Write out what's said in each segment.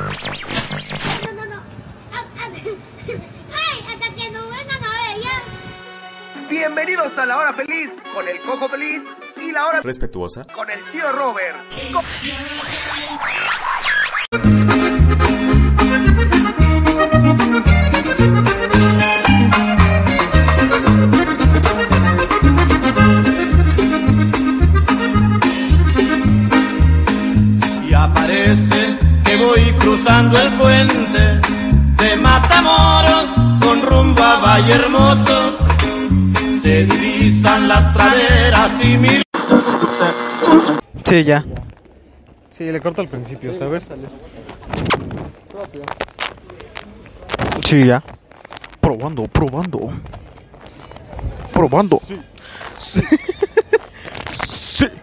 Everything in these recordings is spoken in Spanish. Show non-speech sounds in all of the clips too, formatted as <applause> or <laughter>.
No, no, no. Ah, ah, ¡Ay! ¡Hasta que no vengan a ver ya! Bienvenidos a la hora feliz con el Coco Feliz y la hora respetuosa. con el tío Robert. Co- Y aparece que voy cruzando el puente de Matamoros con rumbo a Valle Hermoso. Se divisan las praderas y mi Sí, ya. Sí, le corto al principio, ¿sabes? Sí, ya. Probando, probando. Probando. Sí. Sí.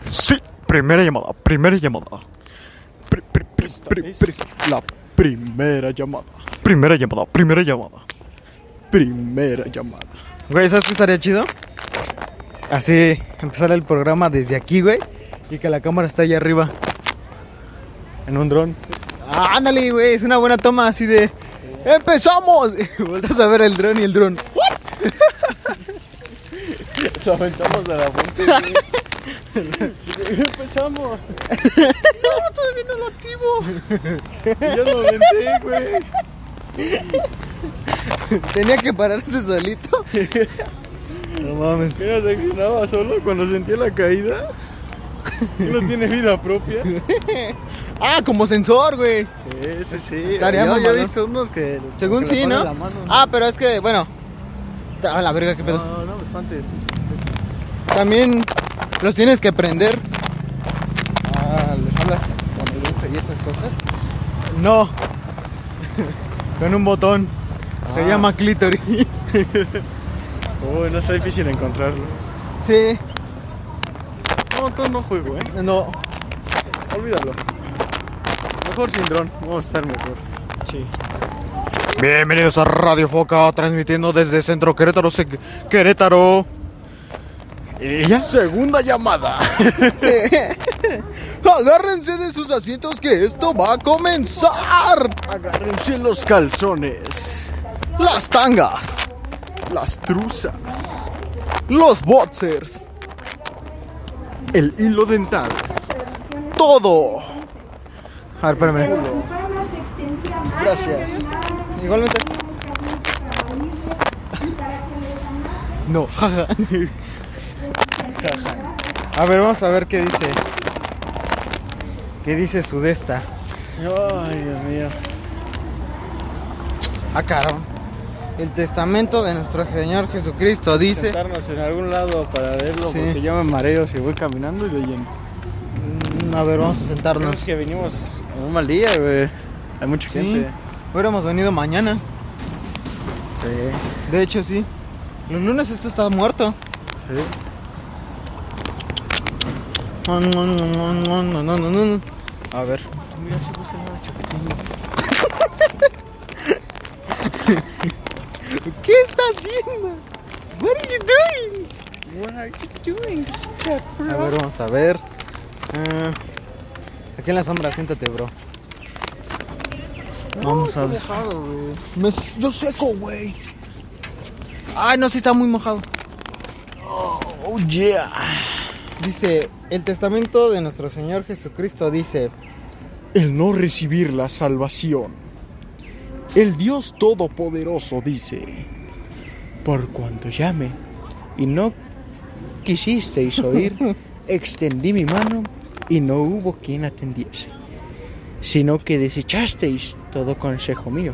sí, Primera llamada, primera llamada. Pri- pri- pri- pri- pri- la primera llamada. Primera llamada, primera llamada. Primera llamada. Güey, ¿sabes qué estaría chido? Así, empezar el programa desde aquí, güey. Y que la cámara está allá arriba. En un dron. Ah, ándale, güey, es una buena toma así de... ¡Empezamos! <laughs> Y Voltas a ver el dron y el dron. <laughs> <laughs> Tenía que pararse solito. No mames. ¿Qué se accionaba solo cuando sentía la caída? ¿Que no tiene vida propia? <laughs> Ah, como sensor, güey. Sí, sí, sí. Estaría Yo- yo mamalón. he visto unos que... Según que le sí, ponen ¿no? la mano, Ah, pero es que, bueno. A la verga, qué pedo. No, no, espante. También los tienes que prender. Ah, ¿les hablas con el golpe y esas cosas? No. Con un botón. Se Ah. llama clítoris. <laughs> Uy, no está difícil encontrarlo. Sí. No, todo no juego, ¿eh? No. Olvídalo. Mejor sin dron, vamos a estar mejor. Sí. Bienvenidos a Radio Foca, transmitiendo desde Centro Querétaro, se- Querétaro. Y ya. Segunda <laughs> llamada. Agárrense de sus asientos que esto va a comenzar. Agárrense los calzones. Las tangas. Las truzas. Los boxers. El hilo dental. Todo. A ver, espérame. Gracias. Igualmente. No, <laughs> jaja. A ver, vamos a ver qué dice. ¿Qué dice Sudesta? Ay, Dios mío. Ah, caro. El testamento de nuestro Señor Jesucristo dice. sentarnos en algún lado para leerlo Sí. porque yo me mareo si voy caminando y leyendo. Mm, A ver, vamos a Pero sentarnos. es que venimos en un mal día, güey. Hay mucha Sí. gente. Hubiéramos venido mañana. Sí. De hecho, sí. Los lunes esto está muerto. Sí. No, no, no, no, no, no, no, no, no. A ver. Mira, se puso la chaquetilla. ¿Qué está haciendo? What are you doing? What are you doing, A ver, vamos a ver. Ah, aquí en la sombra, siéntate, bro. Vamos a ver. Me, yo seco, güey. Ay, no, sí está muy mojado. Oh, yeah. Dice, el testamento de nuestro Señor Jesucristo dice, El no recibir la salvación. El Dios Todopoderoso dice, por cuanto llame y no <laughs> quisisteis oír, extendí mi mano y no hubo quien atendiese, sino que desechasteis todo consejo mío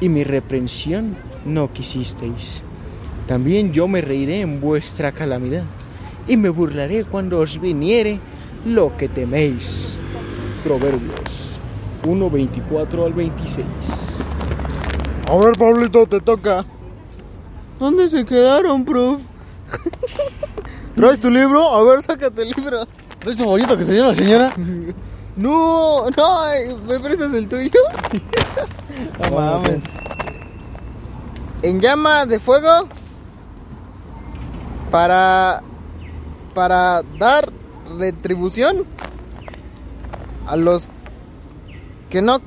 y mi reprensión no quisisteis. También yo me reiré en vuestra calamidad y me burlaré cuando os viniere lo que teméis. Proverbios 1, 24 al 26. a ver, Pablito, te toca. ¿Dónde se quedaron, prof? <laughs> ¿Traes tu libro? A ver, sácate el libro. ¿Traes tu bolito <laughs> que se llama la señora? No, no, ay, ¿me prestas el tuyo? <laughs> No mames. En llama de fuego para para dar retribución a los que no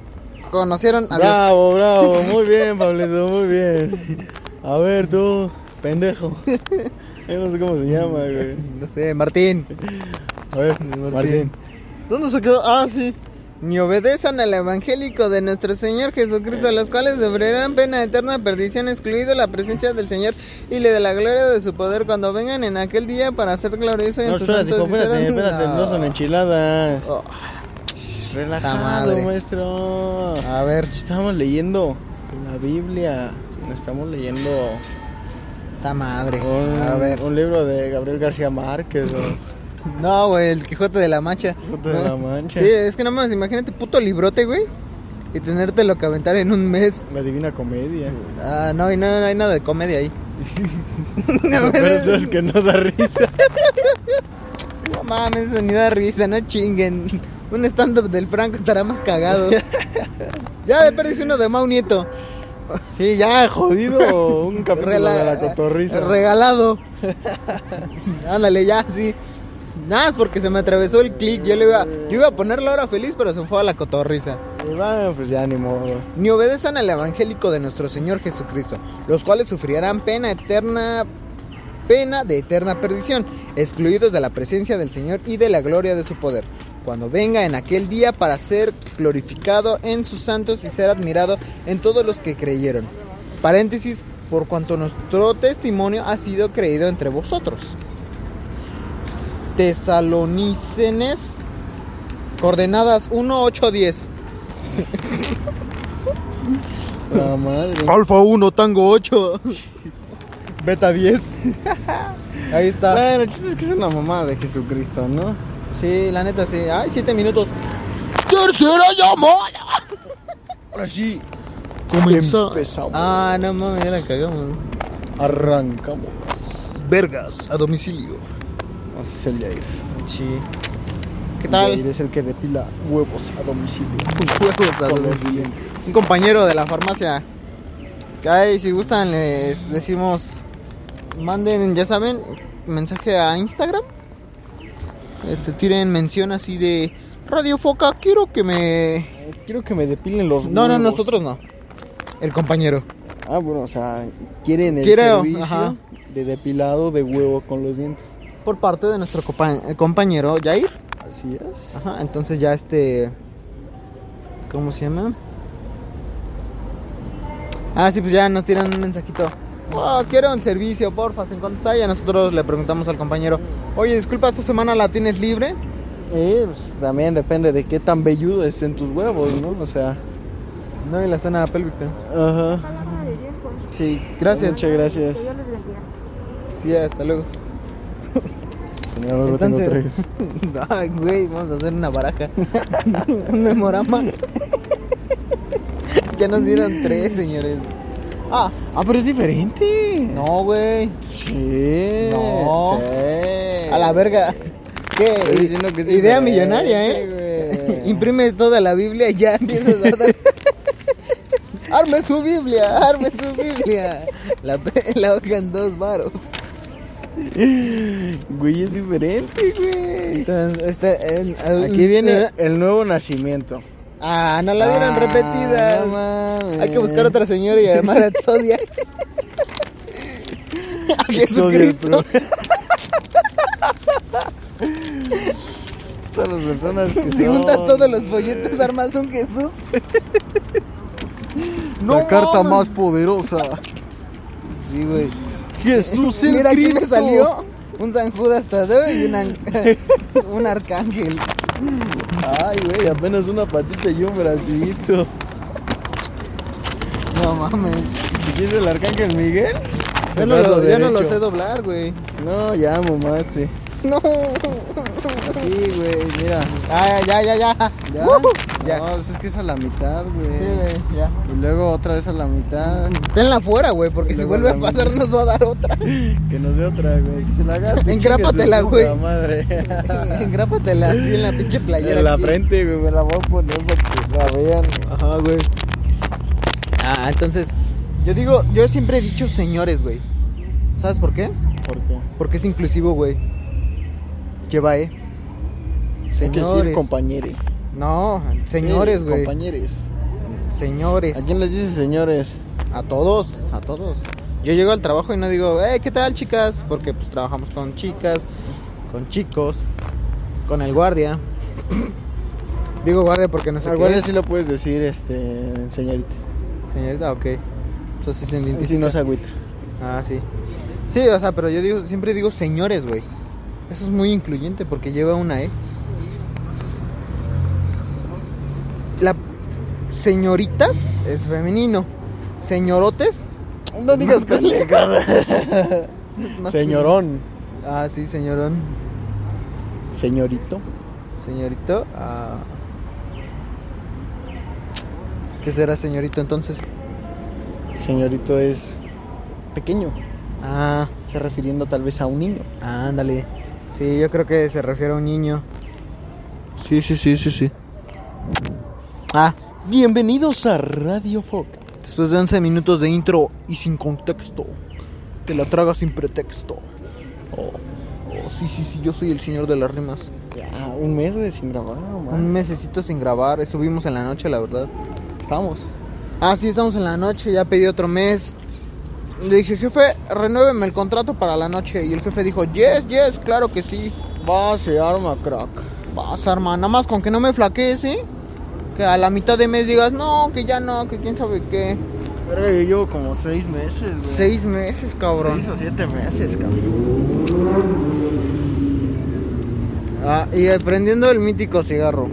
conocieron a Dios. Bravo, bravo, muy bien, Pablito, muy bien. A ver, tú, pendejo. <laughs> Yo no sé cómo se llama, güey. No sé, Martín. A ver, Martín. ¿Dónde se quedó? Ah, sí. Ni obedezan al evangélico de nuestro Señor Jesucristo, los cuales sufrirán pena eterna, perdición, excluido la presencia del Señor y le de la gloria de su poder cuando vengan en aquel día para ser glorioso en No, sus espérate, hijo, santos y espérate, seres- espérate, no son enchiladas. Oh. Relajado, madre. maestro. A ver, Estamos leyendo la Biblia. Estamos leyendo esta madre. un, A ver. un libro de Gabriel García Márquez. o- No, güey, el Quijote de la Mancha. Quijote de la Mancha. Sí, es que nada más imagínate puto librote, güey. Y tenértelo que aventar en un mes. La Divina <laughs> Comedia. Ah, no, y no hay nada de comedia ahí. no, Pero mames, eso es que no <laughs> da risa. no mames, eso ni da risa, no chinguen. Un stand-up del Franco estará más <laughs> cagado. ya de perdiz uno de Mau Nieto. Sí, ya, <laughs> jodido. Un capítulo Rela- de la cotorriza. Regalado. Ándale, ya, sí. Nada, es porque se me atravesó el click. Yo le iba, yo iba a poner la hora feliz, pero se fue a la cotorriza. Y bueno, pues ya ni modo. ni obedezan al evangélico de nuestro Señor Jesucristo, los cuales sufrirán pena eterna, pena de eterna perdición, excluidos de la presencia del Señor y de la gloria de su poder, cuando venga en aquel día para ser glorificado en sus santos y ser admirado en todos los que creyeron. Paréntesis, por cuanto nuestro testimonio ha sido creído entre vosotros. Tesalonicenses, coordenadas 1, 8, 10. La madre. Alfa 1, Tango 8. Beta 10. Ahí está. Bueno, el chiste es que es una mamá de Jesucristo, ¿no? Sí, la neta, sí. Ay, 7 minutos. Ahora sí, comenzamos. Ah, no mames, ya la cagamos. Arrancamos. Vergas, a domicilio. Así es el Jair. Sí. ¿Qué El tal? Jair es el que depila huevos a domicilio. Huevos a Con los domicilio. dientes. Un compañero de la farmacia. Que ahí, si gustan, les decimos. Manden, ya saben, mensaje a Instagram. Este, tiren mención así de. Radio Foca, quiero que me Quiero que me depilen los No, no, huevos. nosotros no. El compañero. Ah, bueno, o sea, quieren el Quiero, servicio ajá. de depilado de huevo con los dientes. Por parte de nuestro compa- eh, compañero Jair. Así es. Ajá, entonces ya este. ¿Cómo se llama? Ah, sí, pues ya nos tiran un mensajito. Oh, quiero un servicio, porfa, ¿en cuánto está? Y a nosotros le preguntamos al compañero, oye, disculpa, esta semana la tienes libre. Eh, pues, también depende de qué tan velludo estén tus huevos, ¿no? O sea, No, y la zona pélvica. ajá. Sí, gracias. Muchas gracias. Sí, hasta luego. Señor, ahora tengo Entonces, tres. <laughs> ay, güey, vamos a hacer una baraja. <laughs> un memorama. <laughs> ya nos dieron tres, señores. Ah, Ah, pero es diferente. no, güey. Sí. No. Sí. A la verga. Estoy ¿Qué? diciendo que es Idea diferente, millonaria, ¿eh? güey. Imprimes toda la Biblia y ya empiezas a dar. <laughs> arme su Biblia, arme su Biblia. La, pe- la hoja en dos varos. <laughs> Güey, es diferente, güey. Entonces, este, en- Aquí viene el nuevo nacimiento. Ah, no la dieron Ah, repetida. no mames. Hay que buscar otra señora y llamar a <laughs> Zodia. a Exodia, Jesucristo. <laughs> Todas las personas que Si son- juntas todos los folletos, armas un <laughs> Jesús. La carta más poderosa. Sí, güey. Jesús el Mira, aquí Cristo. me salió un San Judas Tadeo y un, <laughs> an- un arcángel. Ay, güey, apenas una patita y un bracito. No mames. ¿Y es el arcángel Miguel? Yo El no, brazo lo, yo no lo derecho. sé doblar, güey. No, ya mamaste. No. Sí, güey, mira. Ah, ya, ya, ya. Ya. Ujú. Ya. No, pues es que es a la mitad, Sí, güey. güey, ya. y luego otra vez a la mitad. Tenla fuera, güey, porque si Luego vuelve a también. pasar nos va a dar <laughs> otra. Que nos dé otra, güey. Que se la gaste. Engrápatela, chingue su puta güey. madre. Engrápatela así en la pinche playera. En la aquí. frente, güey, me la voy a poner para que la vean. Ajá, güey. Ah, entonces, yo digo, yo siempre he dicho señores, güey. ¿Sabes por qué? ¿Por qué? Porque es inclusivo, güey. Lleva E. Hay que decir Señores. compañere. no, señores, Sí, güey. Compañeres. señores. ¿A quién les dice señores? A todos, a todos. Yo llego al trabajo y no digo, hey, ¿qué tal, chicas? Porque pues trabajamos con chicas, con chicos, con el guardia. <clears throat> digo guardia porque no sé Al qué Ah, guardia es. sí lo puedes decir, este, señorita. Señorita, ok. Eso sí se identifica. Si no se agüita. Ah, sí. Sí, o sea, pero yo digo, siempre digo señores, güey. Eso es muy incluyente porque lleva una E. La señoritas es femenino. Señorotes No digas <laughs> con es masculino. Señorón, Ah, sí, señorón. señorito. Señorito. ah. ¿Qué será señorito entonces? Señorito es pequeño, Ah, se refiriendo tal vez a un niño. ándale. Sí, yo creo que se refiere a un niño. Sí, sí, sí, sí, sí. Ah, Bienvenidos a Radio Foca. Después de 11 minutos de intro y sin contexto. Te la tragas sin pretexto. Oh, oh, sí, sí, sí, yo soy el señor de las rimas. Ya, un mes güey, sin grabar o más. Un mesecito sin grabar, estuvimos en la noche, la verdad. Estamos. Ah, sí, estamos en la noche, ya pedí otro mes. Le dije, jefe, renuéveme el contrato para la noche. Y el jefe dijo, yes, yes, claro que sí. Va, se arma, crack. Vas, hermano, nada más con que no me flaquees, ¿sí? Que a la mitad de mes digas, no, que ya no, que quién sabe qué. Verga, yo llevo como seis meses, güey. Seis meses, cabrón. Seis o siete meses, cabrón. Ah, y prendiendo el mítico cigarro.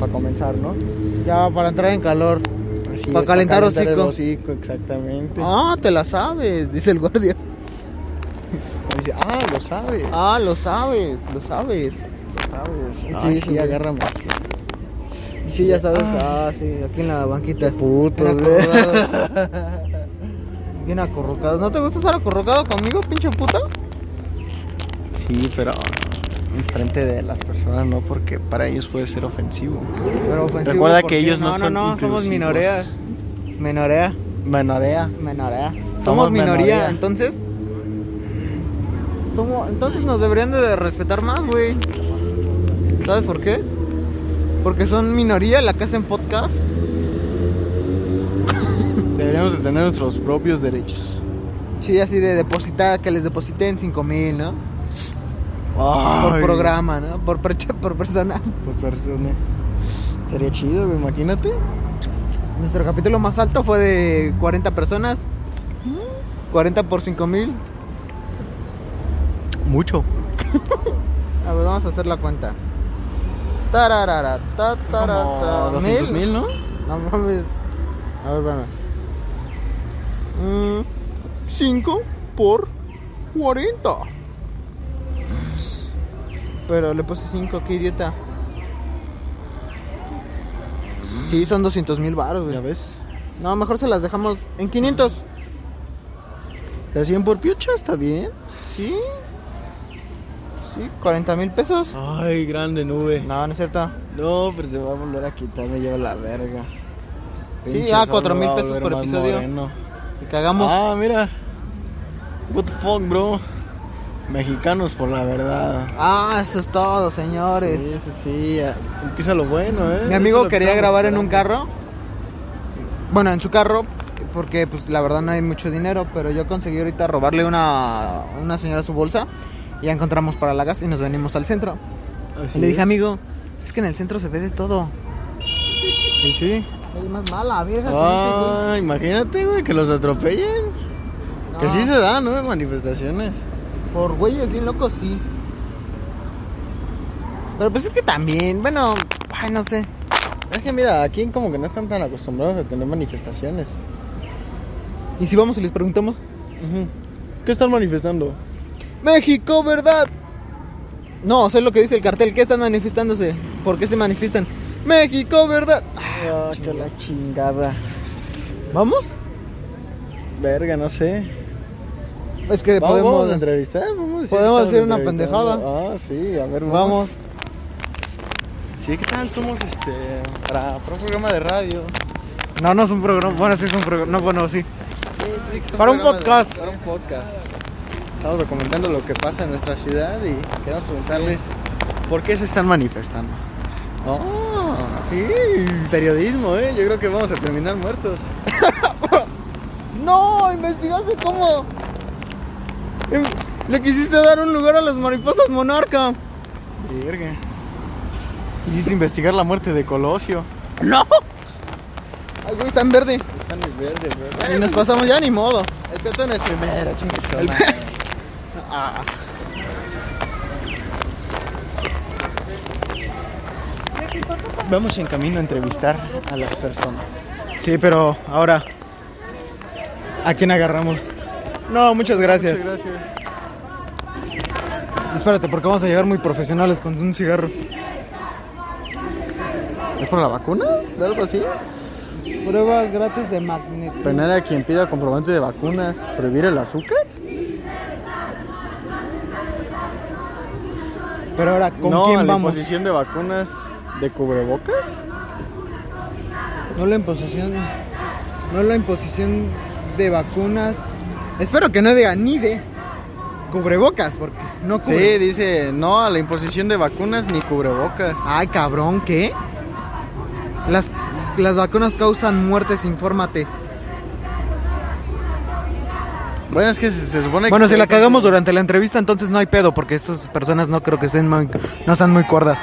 Para comenzar, ¿no? Ya, para entrar en calor. Así Pa' es, calentar el hocico. hocico, exactamente. Ah, te la sabes, dice el guardia. Me Dice, ah, lo sabes. Ah, lo sabes, lo sabes. lo sabes. Sí, Ay, sí, güey. agárrame. Sí, ya sabes. Ah, sí, aquí en la banquita. Puto, Bien güey. acorrucado. Bien acorrucado. ¿No te gusta estar acorrucado conmigo, pinche puta? Sí, pero enfrente de las personas no, porque para ellos puede ser ofensivo. Pero ofensivo, Recuerda ¿por que qué? ellos no son No, no, somos inclusivos. minorea. Menorea, Menorea. menorea. Somos, Somos minoría, menorea. entonces. Somos, entonces nos deberían de respetar más, güey. ¿Sabes por qué? Porque son minoría la que hacen podcast. Deberíamos de tener nuestros propios derechos. Sí, así de depositar, que les depositen 5 mil, ¿no? Por Ay. programa, ¿no? Por, per- <laughs> por persona. Por persona. Estaría chido, güey, imagínate. Nuestro capítulo más alto fue de 40 personas. 40 por 5 mil. Mucho. <laughs> A ver, vamos a hacer la cuenta. Tararara, ta, tarata, Como 200 mil, ¿no? No mames. A ver, espérame. Mm, 5 por 40. Pero le puse 5, qué idiota. Sí, son 200 mil baros, güey. Ya ves. No, mejor se las dejamos en 500. De 100 por piocha está bien. Sí. Sí, 40 mil pesos. Ay, grande nube. No, no es cierto. No, pero se va a volver a quitar, me lleva la verga. Sí, Pinche ah, sol, 4,000 me va a pesos volver por más episodio. moreno. Y cagamos. Ah, mira. What the fuck, bro. Mexicanos por la verdad. Ah, eso es todo, señores. Sí, sí, sí. ah, Empieza lo bueno, Mi eh. Eso es amigo lo que quería estamos grabar en un esperando. carro. Bueno, en su carro, porque pues la verdad no hay mucho dinero, pero yo conseguí ahorita robarle una, una señora su bolsa y ya encontramos para la gas y nos venimos al centro. Así Y le dije, es. amigo, es que en el centro se ve de todo. Y sí. Soy más mala, virgen. Ah, imagínate, güey, que los atropellen. Que sí se dan, ¿no? En manifestaciones. Ah. Por güeyes bien locos, sí. Pero pues es que también, bueno, ay, no sé. Es que mira, aquí como que no están tan acostumbrados a tener manifestaciones. ¿Y si vamos y les preguntamos? Ujú. ¿Qué están manifestando? México, ¿verdad? No, sé lo que dice el cartel. ¿Qué están manifestándose? ¿Por qué se manifiestan? México, ¿verdad? Ah, que la chingada. ¿Vamos? Verga, no sé. Es que Vamos, podemos... vamos a entrevistar. Vamos a decir podemos que hacer estamos una entrevistando. pendejada. Ah, sí, a ver, Vamos. Sí, ¿qué tal? Somos este. Para, para un programa de radio. No, no es un programa. Bueno, sí es un programa. No, bueno, sí. Para un podcast. para un podcast. Estamos documentando lo que pasa en nuestra ciudad y queremos preguntarles por qué se están manifestando. Oh, sí, periodismo, ¿eh? Yo creo que vamos a terminar muertos. <laughs> no, investigaste cómo. Em, Le quisiste dar un lugar a las mariposas monarca. Verga. Hiciste investigar la muerte de Colosio. No. Algo está en verde. Y nos pasamos ya ni modo. El peatón es primero, chingue Vamos en camino a entrevistar a las personas. Sí, pero ahora. ¿A quién agarramos? No, muchas gracias. Espérate, porque vamos a llegar muy profesionales con un cigarro. ¿Es por la vacuna? ¿De algo así? Pruebas gratis de magnet. Penar a quien pida comprobante de vacunas. ¿Prohibir el azúcar? Pero ahora, ¿con no, a quién la vamos? imposición de vacunas de cubrebocas. No la imposición. No la imposición de vacunas. Espero que no diga ni de cubrebocas, porque no Sí, cubre. dice no a la imposición de vacunas ni cubrebocas. Ay, cabrón, ¿qué? Las, las vacunas causan muertes, infórmate. Bueno, es que se, se supone que. Bueno, si se- la cagamos durante la entrevista, entonces no hay pedo, porque estas personas no creo que estén muy, no sean muy cuerdas.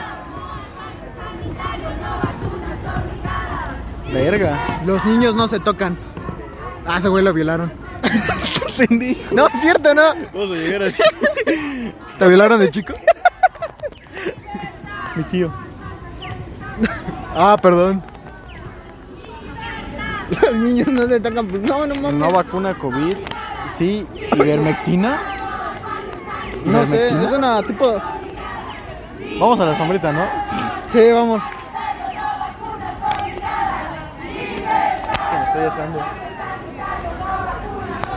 Verga. Los niños no se tocan. Ah, ese güey lo violaron. <laughs> No, es cierto, ¿no? Vamos a llegar así. ¿Te violaron de chico? Mi tío. Ah, perdón. Los niños no se tocan. No, no mames. No vacuna COVID. Sí, ¿Ivermectina? no sé. Es una tipo. Vamos a la sombrita, ¿no? Sí, vamos. Me estoy asando.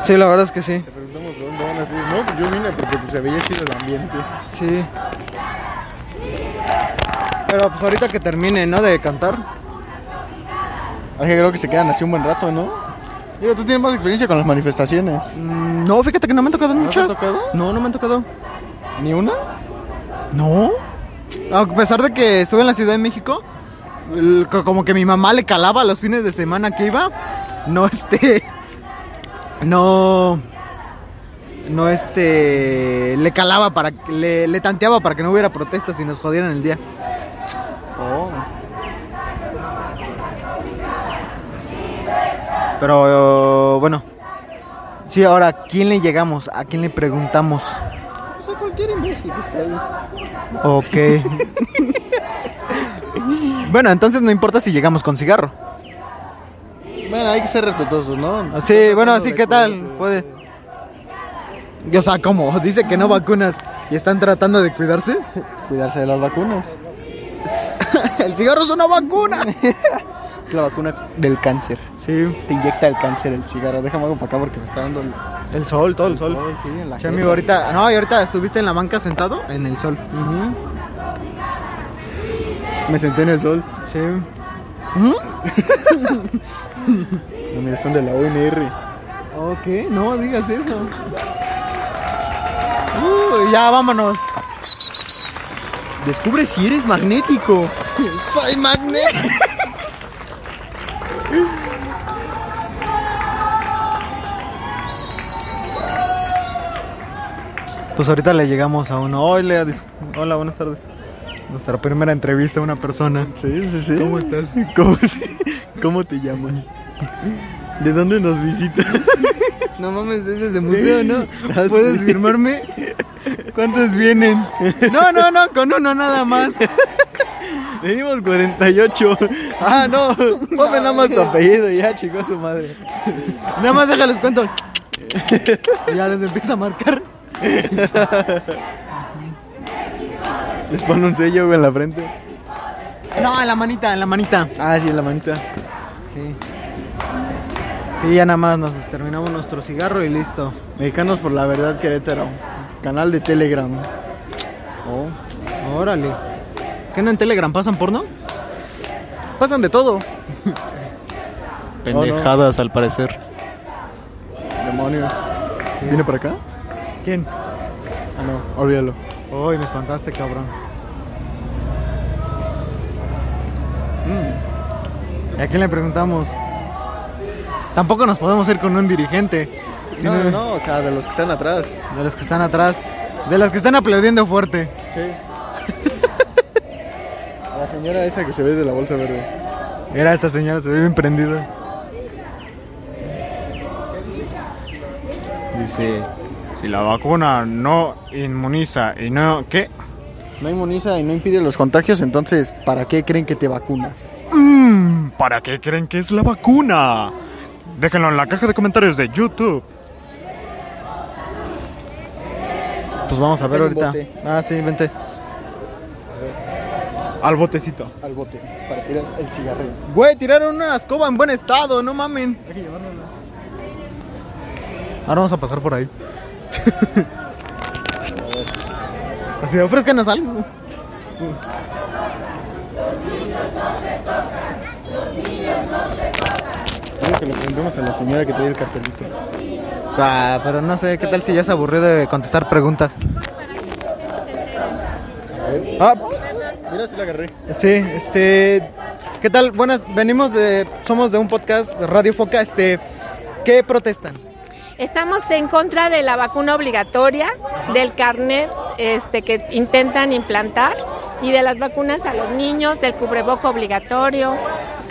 Sí, la verdad es que sí. Le preguntamos dónde van así. No, pues yo vine porque pues, se veía chido el ambiente. Sí. Pero pues ahorita que termine, ¿no? De cantar. Aunque creo que se quedan así un buen rato, ¿no? Digo, tú tienes más experiencia con las manifestaciones. Mm, No, fíjate que no me han tocado te han muchas. tocado? No, no me han tocado. ¿Ni una? ¿No? A pesar de que estuve en la Ciudad de México, el- co- como que mi mamá le calaba los fines de semana que iba. No, <laughs> este. No. No, este. Le calaba para. que- Le, le tanteaba para que no hubiera protestas y nos jodieran el día. Oh. Pero eh, bueno. Sí, ahora, ¿a quién le llegamos? ¿A quién le preguntamos? O sea, cualquier imbécil que esté ahí. Ok. bueno, entonces no importa si llegamos con cigarro. Bueno, hay que ser respetuosos, ¿no? Sí, bueno, así de que tal, cuidarse. puede. O sea, ¿cómo? <laughs> Dice que no vacunas y están tratando de cuidarse. Cuidarse de las vacunas. El cigarro es una vacuna. Es la vacuna del cáncer. Sí, Te inyecta el cáncer el cigarro. Déjame algo para acá porque me está dando el, el sol, todo el sol. sí, en la Che, amigo, ahorita, no, y ahorita estuviste en la banca sentado en el sol. jeta. Me senté en el sol. Sí. ¿Mm? <laughs> Mira, son de la UNR. Ok, no digas eso. Uy, ya vámonos. Descubre si eres magnético. <laughs> Soy magnético. Pues ahorita le llegamos a uno. Hola, dis- hola, buenas tardes. Nuestra primera entrevista a una persona. Sí, sí, sí. ¿Cómo estás? <laughs> ¿Cómo, cómo te llamas? ¿De dónde nos visitas? <laughs> Ah, No mames, ese es de museo, <laughs> ¿no? ¿Puedes firmarme? ¿Cuántos vienen? No, no, no, con uno nada más. Venimos 48. Ah, <laughs> no. Ponme nada más tu apellido y ya, chico, su madre. Nada más déjales cuento. Y ya les empieza a marcar. Les pone un sello güey, en la frente. No, en la manita, en la manita. Ah, sí, en la manita. Sí. Sí, ya nada más nos terminamos nuestro cigarro y listo. Mexicanos por la verdad, Querétaro. Canal de Telegram. Oh. Órale. <laughs> ¿Qué no en Telegram pasan porno? Pasan de todo. Pendejadas, al parecer. Demonios. ¿Viene para acá? ¿Quién? Ah, no, olvídalo. Uy, me espantaste, cabrón. Mm. ¿Y a quién le preguntamos? Tampoco nos podemos ir con un dirigente. No, sino no, no, o sea, de los que están atrás. De los que están atrás. De los que están aplaudiendo fuerte. Sí. A <laughs> la señora esa que se ve de la bolsa verde. Mira, esta señora se ve bien prendida. Dice, si la vacuna no inmuniza y no... ¿Qué? No inmuniza y no impide los contagios, entonces, ¿para qué creen que te vacunas? Mmm, ¿para qué creen que es la vacuna? Déjenlo en la caja de comentarios de YouTube. Pues vamos a ver Tengo un ahorita. bote. Ah, sí, vente. Al botecito. Al bote, para tirar el cigarrillo. Güey, tiraron una escoba en buen estado, no mamen. Ahora vamos a pasar por ahí. <laughs> Así, ofrézcanos algo. Creo que le preguntemos a la señora que trae el cartelito. Ah, pero no sé, ¿qué tal si ya se aburrió de contestar preguntas? Ah, Mira, sí la agarré. sí, este. ¿Qué tal? Buenas, venimos de. Somos de un podcast, Radio Foca. Este. ¿Qué protestan? Estamos en contra de la vacuna obligatoria, del carnet este, que intentan implantar y de las vacunas a los niños, del cubreboco obligatorio,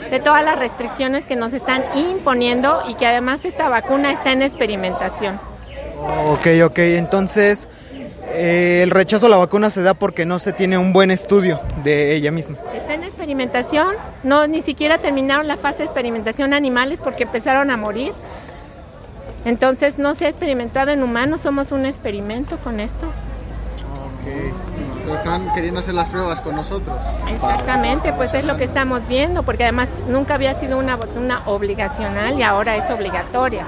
de todas las restricciones que nos están imponiendo y que además esta vacuna está en experimentación. Ok, ok, entonces. eh, el rechazo a la vacuna se da porque no se tiene un buen estudio de ella misma. Está en experimentación, no ni siquiera terminaron la fase de experimentación animales porque empezaron a morir. Entonces no se ha experimentado en humanos, somos un experimento con esto. O sea, están queriendo hacer las pruebas con nosotros. Exactamente, pues es lo que estamos viendo, porque además nunca había sido una vacuna obligacional y ahora es obligatoria.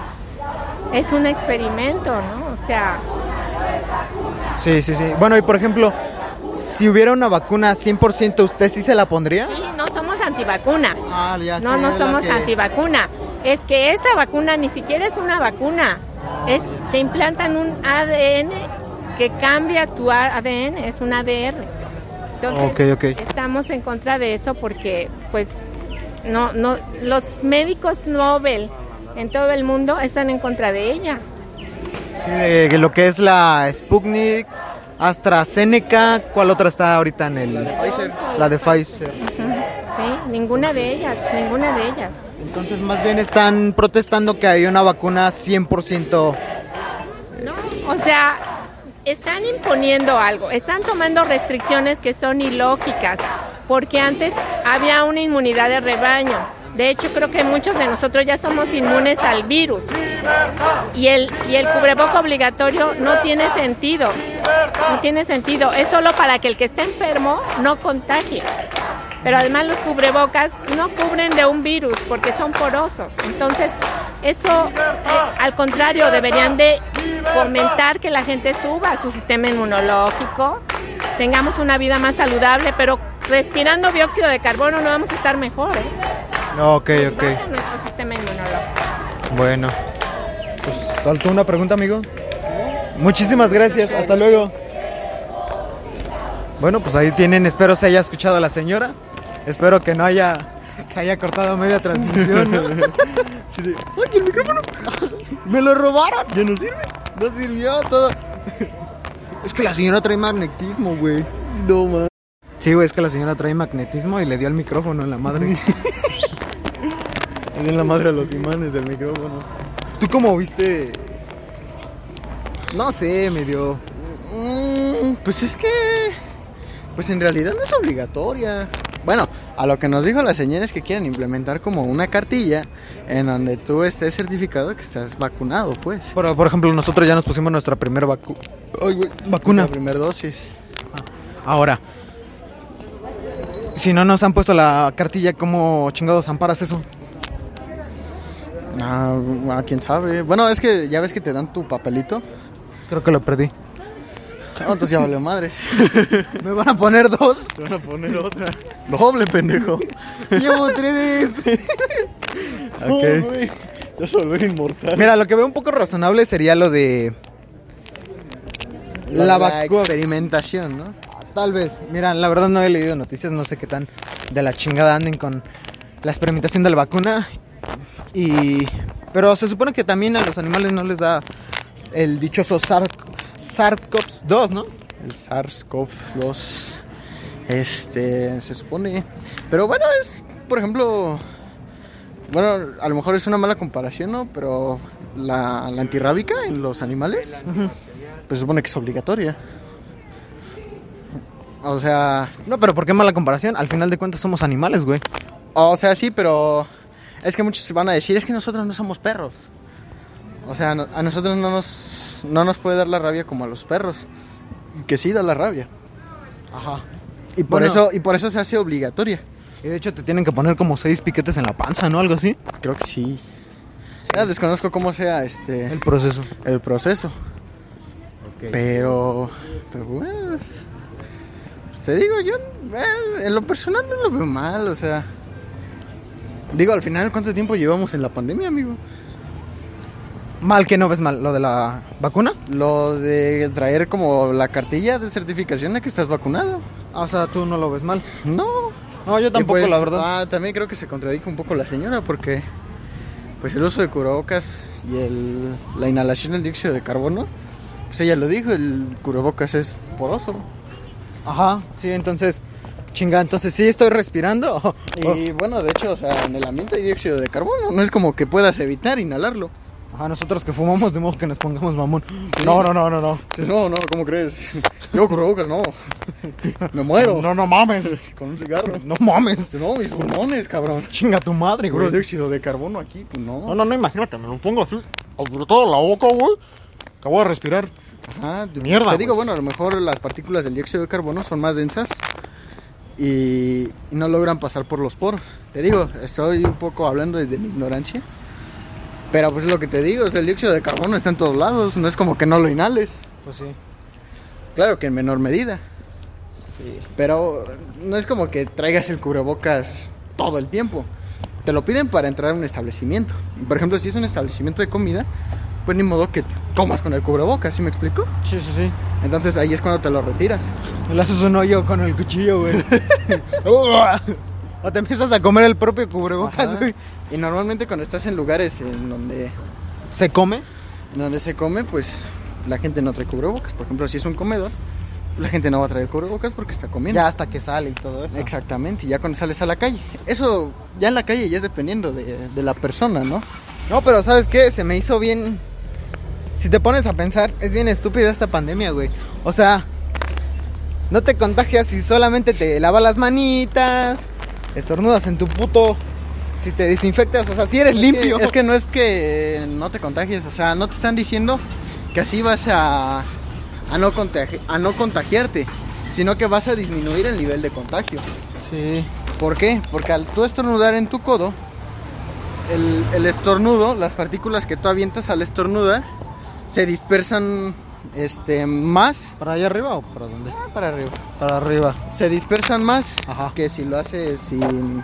Es un experimento, ¿no? O sea, Sí, sí, sí. Bueno, y por ejemplo, si hubiera una vacuna 100%, ¿usted sí se la pondría? sí, no somos antivacuna. Ah, ya No, no somos antivacuna. Es que esta vacuna ni siquiera es una vacuna. Es, te implantan un ADN que cambia tu A- ADN, es un ADR. Entonces, Ok, ok. estamos en contra de eso porque, pues, no, no, los médicos Nobel en todo el mundo están en contra de ella. Sí, de lo que es la Sputnik, AstraZeneca, ¿cuál otra está ahorita en el...? La de Pfizer. La de Pfizer. Sí, ninguna de ellas, ninguna de ellas. Entonces, más bien están protestando que hay una vacuna 100%... No, o sea, están imponiendo algo, están tomando restricciones que son ilógicas, porque antes había una inmunidad de rebaño. De hecho, creo que muchos de nosotros ya somos inmunes al virus. Y el, y el cubreboca obligatorio no tiene sentido. No tiene sentido. Es solo para que el que está enfermo no contagie. Pero además los cubrebocas no cubren de un virus porque son porosos. Entonces, eso, eh, al contrario, deberían de fomentar que la gente suba su sistema inmunológico, tengamos una vida más saludable, pero respirando dióxido de carbono no vamos a estar mejor, ¿eh? Ok, ok. Baja nuestro sistema inmunológico. Bueno. Pues, ¿saltó una pregunta, amigo? Muchísimas gracias. Hasta luego. Bueno, pues ahí tienen. Espero se haya escuchado a la señora. Espero que no haya... Se haya cortado media transmisión. <laughs> ¿no? ¡Ay, el micrófono! ¡Me lo robaron! ¿Ya no sirve? No sirvió todo. Es que la señora trae magnetismo, güey. No, man. Sí, güey, es que la señora trae magnetismo y le dio el micrófono en la <laughs> madre. En la madre a los imanes del micrófono. ¿Tú cómo viste? No sé, me dio. Mm, pues es que. Pues en realidad no es obligatoria. Bueno, a lo que nos dijo la señora es que quieren implementar como una cartilla en donde tú estés certificado que estás vacunado, pues. Por, por ejemplo, nosotros ya nos pusimos nuestra primera vacu- vacuna. La primera dosis. Ahora, si no nos han puesto la cartilla, ¿cómo chingados amparas eso? Ah, ah, quién sabe. Bueno, es que ya ves que te dan tu papelito. Creo que lo perdí. Ah, Entonces ya valió madres. <laughs> ¿Me van a poner dos? Te <laughs> van a poner otra. Doble, pendejo. Llevo tres. Ok. Oh, Ya se volvió inmortal. Mira, lo que veo un poco razonable sería lo de la, vacu- experimentación, ¿no? Tal vez. Mira, la verdad no he leído noticias, no sé qué tan de la chingada anden con la experimentación de la vacuna. Y pero se supone que también a los animales no les da el dichoso sars cov 2 ¿no? El SARS-CoV-2. Este, se supone. Pero bueno, es, por ejemplo. Bueno, a lo mejor es una mala comparación, ¿no? Pero la, la antirrábica en los animales. Pues se supone que es obligatoria. O sea. No, pero ¿por qué mala comparación? Al final de cuentas somos animales, güey. O sea, sí, pero. Es que muchos van a decir, es que nosotros no somos perros. O sea, no- a nosotros no nos, no nos puede dar la rabia como a los perros. Que sí da la rabia. Ajá. Y por, Bueno. eso, y por eso se hace obligatoria. Y de hecho te tienen que poner como seis piquetes en la panza, ¿no? Algo así. Creo que sí. Ya desconozco cómo sea este El el, proceso. proceso. Pero, pero bueno, pues, te digo, yo eh, en lo personal no lo veo mal, o sea. Digo, al final, ¿cuánto tiempo llevamos en la pandemia, amigo? Mal que no ves mal lo de la vacuna. Lo de traer como la cartilla de certificación de que estás vacunado. Ah, o sea, tú no lo ves mal. No. No, yo Y tampoco, pues, la verdad. Ah, también creo que se contradijo un poco la señora porque pues el uso de cubrebocas y el, la inhalación del dióxido de carbono, pues ella lo dijo, el cubrebocas es poroso. Ajá, sí, entonces, chinga, entonces sí estoy respirando. <laughs> Oh, Y bueno, de hecho, o sea, en el ambiente hay dióxido de carbono, no es como que puedas evitar inhalarlo. Ajá, nosotros que fumamos, de modo que nos pongamos mamón. No, no, no, no, no. No, no, ¿cómo crees? <laughs> Yo cubrebocas no. Me muero No, no mames. con un cigarro. No mames, No, mis pulmones, cabrón. chinga tu madre, Puro güey. dióxido de carbono aquí, pues no. No, no, no, imagínate, me lo pongo así, todo la boca, güey. Que voy a respirar. Ajá, te- Mierda, Te digo, güey. bueno, a lo mejor las partículas del dióxido de carbono son más densas y, y no logran pasar por los poros. Te digo, estoy un poco hablando desde mi ignorancia. Pero pues lo que te digo, o sea, el dióxido de carbono está en todos lados, no es como que no lo inhales. Pues sí. Claro que en menor medida. Pero no es como que traigas el cubrebocas todo el tiempo. Te lo piden para entrar a un establecimiento. Por ejemplo, si es un establecimiento de comida, pues ni modo que comas con el cubrebocas, ¿sí me explico? Sí, sí, sí. Entonces ahí es cuando te lo retiras. Le haces un hoyo con el cuchillo, güey. <laughs> o te empiezas a comer el propio cubrebocas, Ajá. güey. Y normalmente cuando estás en lugares en donde, ¿Se come? en donde se come, pues la gente no trae cubrebocas. Por ejemplo, si es un comedor, la gente no va a traer cubrebocas porque está comiendo. Ya hasta que sale y todo eso. Exactamente, y ya cuando sales a la calle. Eso ya en la calle ya es dependiendo de, de la persona, ¿no? No, pero ¿sabes qué? Se me hizo bien... Si te pones a pensar, es bien estúpida esta pandemia, güey. O sea, no te contagias si solamente te lavas las manitas, estornudas en tu puto... Si te desinfectas, o sea, si eres limpio. Que- es que no es que no te contagies, o sea, no te están diciendo que así vas a, a, no, contagi- a no contagiarte, sino que vas a disminuir el nivel de contagio. Sí. ¿Por qué? Porque al tú estornudar en tu codo, el, el estornudo, las partículas que tú avientas al estornudar, se dispersan este, más ¿Para allá arriba o Ah, para dónde? para arriba. Para arriba. Se dispersan más Ajá. que si lo haces sin,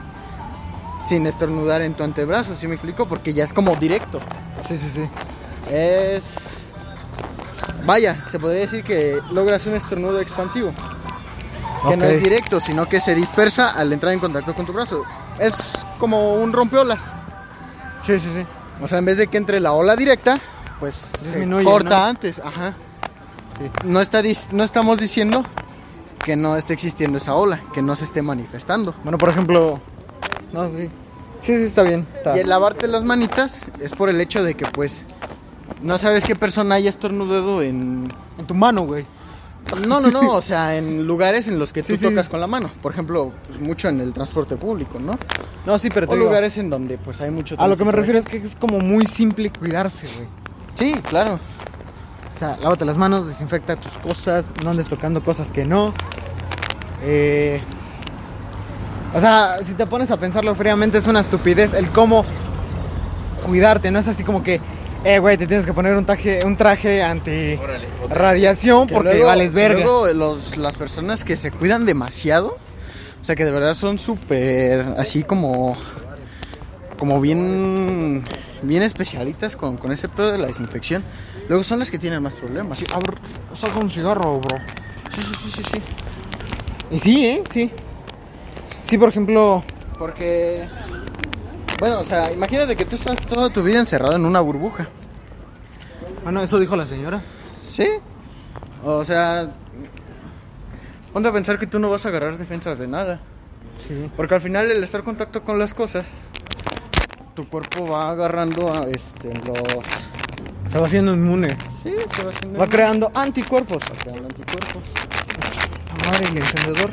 sin estornudar en tu antebrazo, ¿sí me explico? Porque ya es como directo. Sí, sí, sí. Es... Vaya, se podría decir que logras un estornudo expansivo. Que no Ok. es directo, sino que se dispersa al entrar en contacto con tu brazo. Es como un rompeolas. Sí, sí, sí. O sea, en vez de que entre la ola directa, pues se Disminuye, corta ¿no? antes, ajá. No, está dis- no estamos diciendo que no esté existiendo esa ola, que no se esté manifestando. Bueno, por ejemplo... No, sí. Sí, sí, está bien. está Y el lavarte las manitas es por el hecho de que pues no sabes qué persona haya estornudado en... En tu mano, güey. No, no, no, o sea, en lugares en los que Sí, tú sí, tocas sí. con la mano. Por ejemplo, pues, mucho en el transporte público, ¿no? No, sí, pero te O digo, lugares en donde pues hay mucho... A lo que me tránsito. refiero es que es como muy simple cuidarse, güey. Sí, claro. O sea, lávate las manos, desinfecta tus cosas, no andes tocando cosas que no. Eh, o sea, si te pones a pensarlo fríamente, es una estupidez el cómo cuidarte, no es así como que, eh, güey, te tienes que poner un traje, un traje anti radiación Que porque luego- vales verga. Luego los, las personas que se cuidan demasiado, o sea que de verdad son súper así como como bien, bien especialitas con, con ese pedo de la desinfección, luego son las que tienen más problemas. Sí, a ver, saca un cigarro, bro. Sí, sí, sí, sí, sí. Y sí, ¿eh? Sí. Sí, por ejemplo, Porque, bueno, o sea, imagínate que tú estás toda tu vida encerrado en una burbuja. bueno, Ah, eso dijo la señora. Sí. O sea, ponte a pensar que tú no vas a agarrar defensas de nada. Sí. Porque al final el estar en contacto con las cosas, tu cuerpo va agarrando a, este, los... Se va haciendo inmune. Sí, se va haciendo... Va creando anticuerpos. creando anticuerpos. Madre, el encendedor.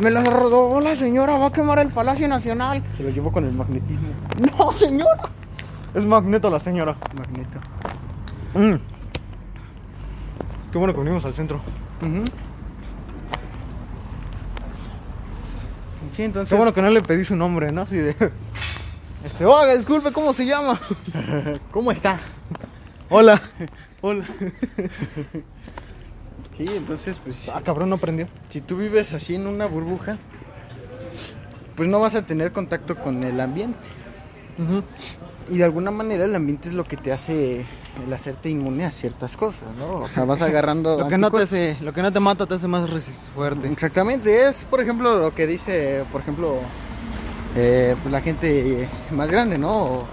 Me lo rodó la señora, va a quemar el Palacio Nacional. Se lo llevo con el magnetismo. No, señora. Es magneto la señora. Magneto. Mm. Qué bueno que venimos al centro. Sí, entonces... Qué bueno que no le pedí su nombre, ¿no? Así de. Este, oiga, disculpe, ¿cómo se llama? ¿Cómo está? Hola. Hola. sí, entonces, pues, Ah, cabrón, no prendió. si tú vives así en una burbuja, pues no vas a tener contacto con el ambiente. Y de alguna manera el ambiente es lo que te hace el hacerte inmune a ciertas cosas, ¿no? O <laughs> sea, vas agarrando... Lo que, no te anticuerpos. hace, lo que no te mata te hace más resist- fuerte. Exactamente, es por ejemplo lo que dice, por ejemplo, eh, pues, la gente eh, más grande, ¿no? O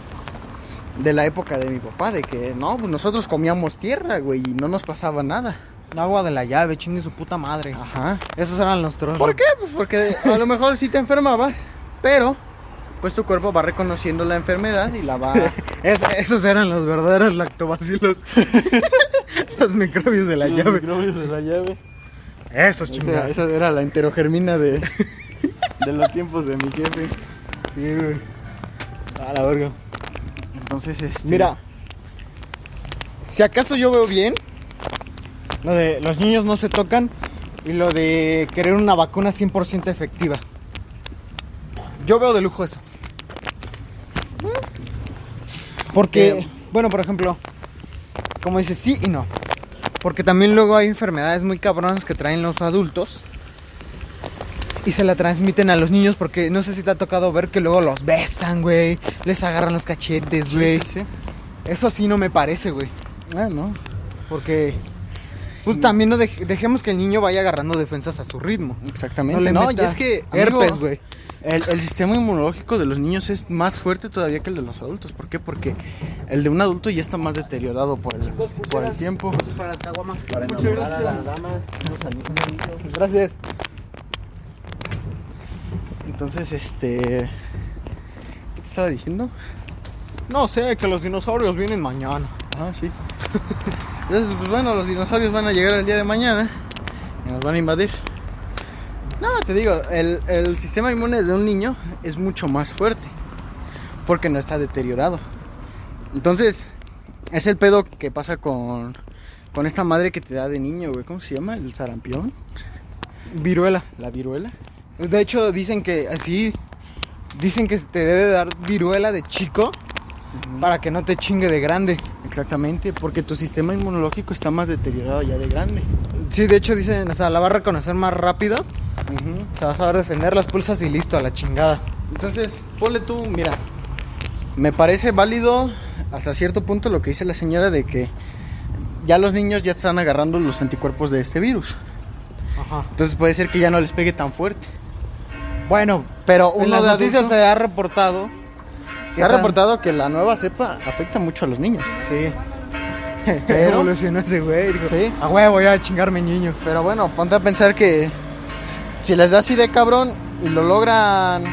De la época de mi papá, de que no, pues nosotros comíamos tierra, güey, y no nos pasaba nada. Agua de la llave, chingue su puta madre. Ajá. Esos eran los trozos. ¿Por qué? Pues porque a lo mejor sí te enfermabas, pero pues tu cuerpo va reconociendo la enfermedad y <laughs> la va... Es- esos eran los verdaderos <laughs> lactobacilos. los microbios de la llave. Esos Esa, chingados. esa era la enterogermina de, de los tiempos de mi jefe. Sí, güey. A la verga. Entonces, este... Mira. Si acaso yo veo bien, lo de los niños no se tocan y lo de querer una vacuna 100% efectiva. Yo veo de lujo eso. Porque, Eh, bueno, por ejemplo, como dices, sí y no. Porque también luego hay enfermedades muy cabronas que traen los adultos y se la transmiten a los niños porque no sé si te ha tocado ver que luego los besan, güey. Les agarran los cachetes, güey. Sí. Eso sí no me parece, güey. Ah, no. Porque. Pues también no dej- dejemos que el niño vaya agarrando defensas a su ritmo. Exactamente. le No, y metas es que amigo, Herpes, güey. El, el sistema inmunológico de los niños es más fuerte todavía que el de los adultos. ¿Por qué? Porque el de un adulto ya está más deteriorado por el, por el tiempo. Muchas gracias. Gracias. Entonces, este. ¿Qué te estaba diciendo? No sé, que los dinosaurios vienen mañana. Ah, sí. Entonces, pues bueno, los dinosaurios van a llegar el día de mañana y nos van a invadir. No, te digo, el, el sistema inmune de un niño es mucho más fuerte porque no está deteriorado. Entonces, es el pedo que pasa con, con esta madre que te da de niño, güey. ¿Cómo se llama? ¿El sarampión? Viruela. ¿La viruela? De hecho, dicen que así. Dicen que te debe dar viruela de chico para que no te chingue de grande. Exactamente, porque tu sistema inmunológico está más deteriorado ya de grande. Sí, de hecho dicen, o sea, la va a reconocer más rápido. Ujú. O sea, va a saber defender las pulsas y listo, a la chingada. Entonces, ponle tú, mira, me parece válido hasta cierto punto lo que dice la señora de que ya los niños ya están agarrando los anticuerpos de este virus. Ajá. Entonces puede ser que ya no les pegue tan fuerte. Bueno, Pero en uno las de noticias adulto, se ha reportado. se ha reportado que la nueva cepa afecta mucho a los niños. <laughs> Sí. Pero- Evolucionó ese güey. Dijo, Sí. A huevo, voy a chingarme niños. Pero bueno, ponte a pensar que si les da así de cabrón y lo logran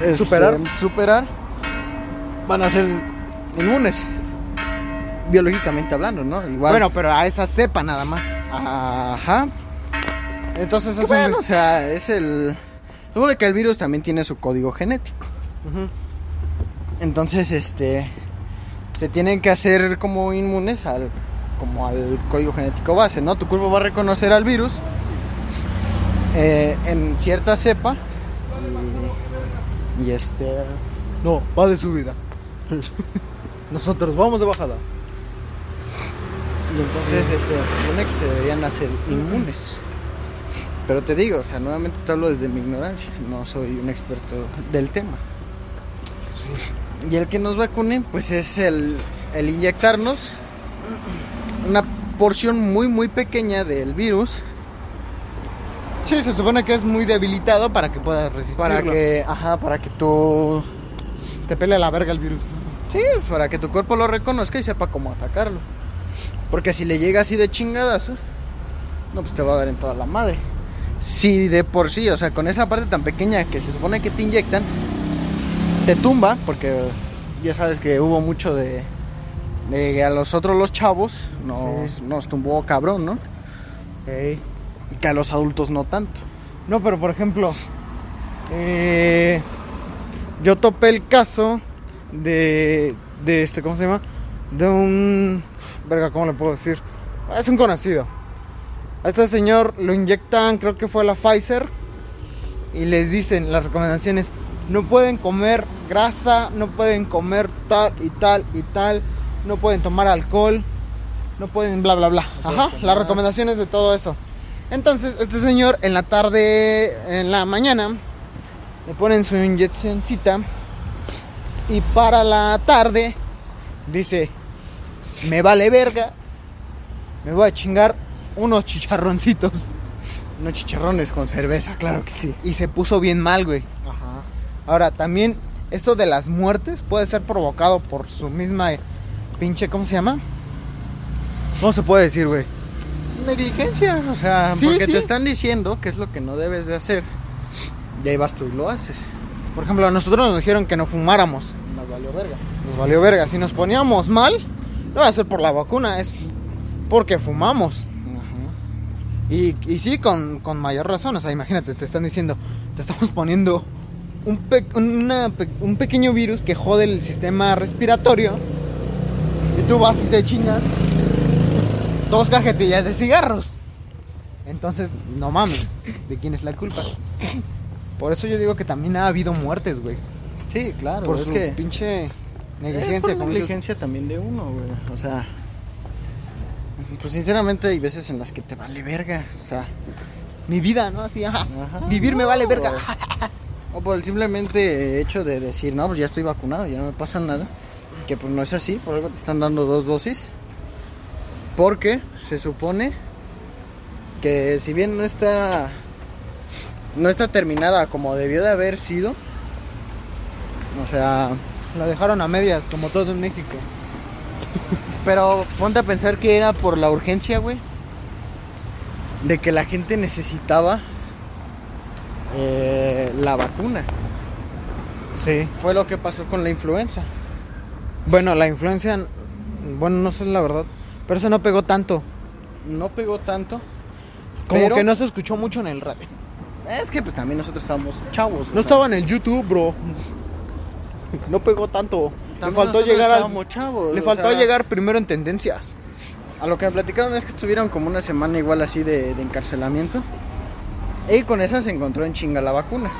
este, Superar. superar, van a ser inmunes. Biológicamente hablando, ¿no? Igual. Bueno, pero a esa cepa nada más. Ajá. Entonces Qué es bueno, un... o sea, es el. Supone que el virus también tiene su código genético. Ujú. Entonces, este. Se tienen que hacer como inmunes al. Como al código genético base, ¿no? Tu cuerpo va a reconocer al virus. eh, en cierta cepa. Y, y este. No, va de subida. <laughs> Nosotros vamos de bajada. Y entonces, este. Se supone que se deberían hacer inmunes. Pero te digo, o sea, nuevamente te hablo desde mi ignorancia. No soy un experto del tema. Pues Y el que nos vacunen, pues es el, el inyectarnos una porción muy, muy pequeña del virus Sí, se supone que es muy debilitado para que puedas resistirlo. para que, ajá, para que tu, te pele a la verga el virus. sí, para que tu cuerpo lo reconozca y sepa cómo atacarlo. Porque si le llega así de chingadas, no, pues te va a dar en toda la madre. Si de por sí, o sea, con esa parte tan pequeña que se supone que te inyectan, te tumba, porque ya sabes que hubo mucho de, de que a los otros los chavos nos, nos tumbó cabrón, ¿no? Y que a los adultos no tanto. No, pero por ejemplo, eh, yo topé el caso de, de este, ¿cómo se llama? De un, verga, ¿cómo le puedo decir? Es un conocido. A este señor lo inyectan, creo que fue la Pfizer, y les dicen las recomendaciones, no pueden comer grasa, no pueden comer tal y tal y tal, no pueden tomar alcohol, no pueden bla bla bla. Ajá, las recomendaciones de todo eso. Entonces, este señor en la tarde, en la mañana, le ponen su inyeccióncita y para la tarde dice, me vale verga, me voy a chingar unos chicharroncitos. No chicharrones con cerveza, claro que sí. Y se puso bien mal, güey. Ajá. Ahora, también esto de las muertes puede ser provocado por su misma eh, pinche, ¿cómo se llama? ¿Cómo se puede decir, güey? negligencia, o sea, Sí, porque sí. te están diciendo qué es lo que no debes de hacer. Y ahí vas tú y lo haces. Por ejemplo, a nosotros nos dijeron que no fumáramos. Más valió verga. Nos valió verga. Si nos poníamos mal, no va a ser por la vacuna, es porque fumamos. Y, y sí, con, con mayor razón. O sea, imagínate, te están diciendo, te estamos poniendo un, pe- una pe- un pequeño virus que jode el sistema respiratorio. Y tú vas y te chingas dos cajetillas de cigarros. Entonces, no mames, ¿de quién es la culpa? Por eso yo digo que también ha habido muertes, güey. Sí, claro, Por es su que pinche negligencia, negligencia. como dices. negligencia también de uno, güey. O sea, pues sinceramente hay veces en las que te vale verga, o sea, Mi vida, ¿no? Así, ajá. Ajá. Vivir me No, vale verga. Ah, o por el simplemente hecho de decir, no, pues ya estoy vacunado, ya no me pasa nada, que pues no es así, por algo te están dando dos dosis, porque se supone que si bien no está, no está terminada como debió de haber sido, o sea, La dejaron a medias, como todo en México. pero ponte a pensar que era por la urgencia, güey, de que la gente necesitaba eh, la vacuna. Sí. Fue lo que pasó con la influenza. Bueno, la influencia, bueno, no sé la verdad, pero eso no pegó tanto. No pegó tanto. Como Pero- que no se escuchó mucho en el radio. Es que pues también nosotros estábamos chavos. No estaba en el YouTube, bro. No pegó tanto. Le faltó llegar al, chavos. le o faltó sea, llegar primero en tendencias. A lo que me platicaron es que estuvieron como una semana igual así de, de encarcelamiento. Y con esa se encontró en chinga la vacuna.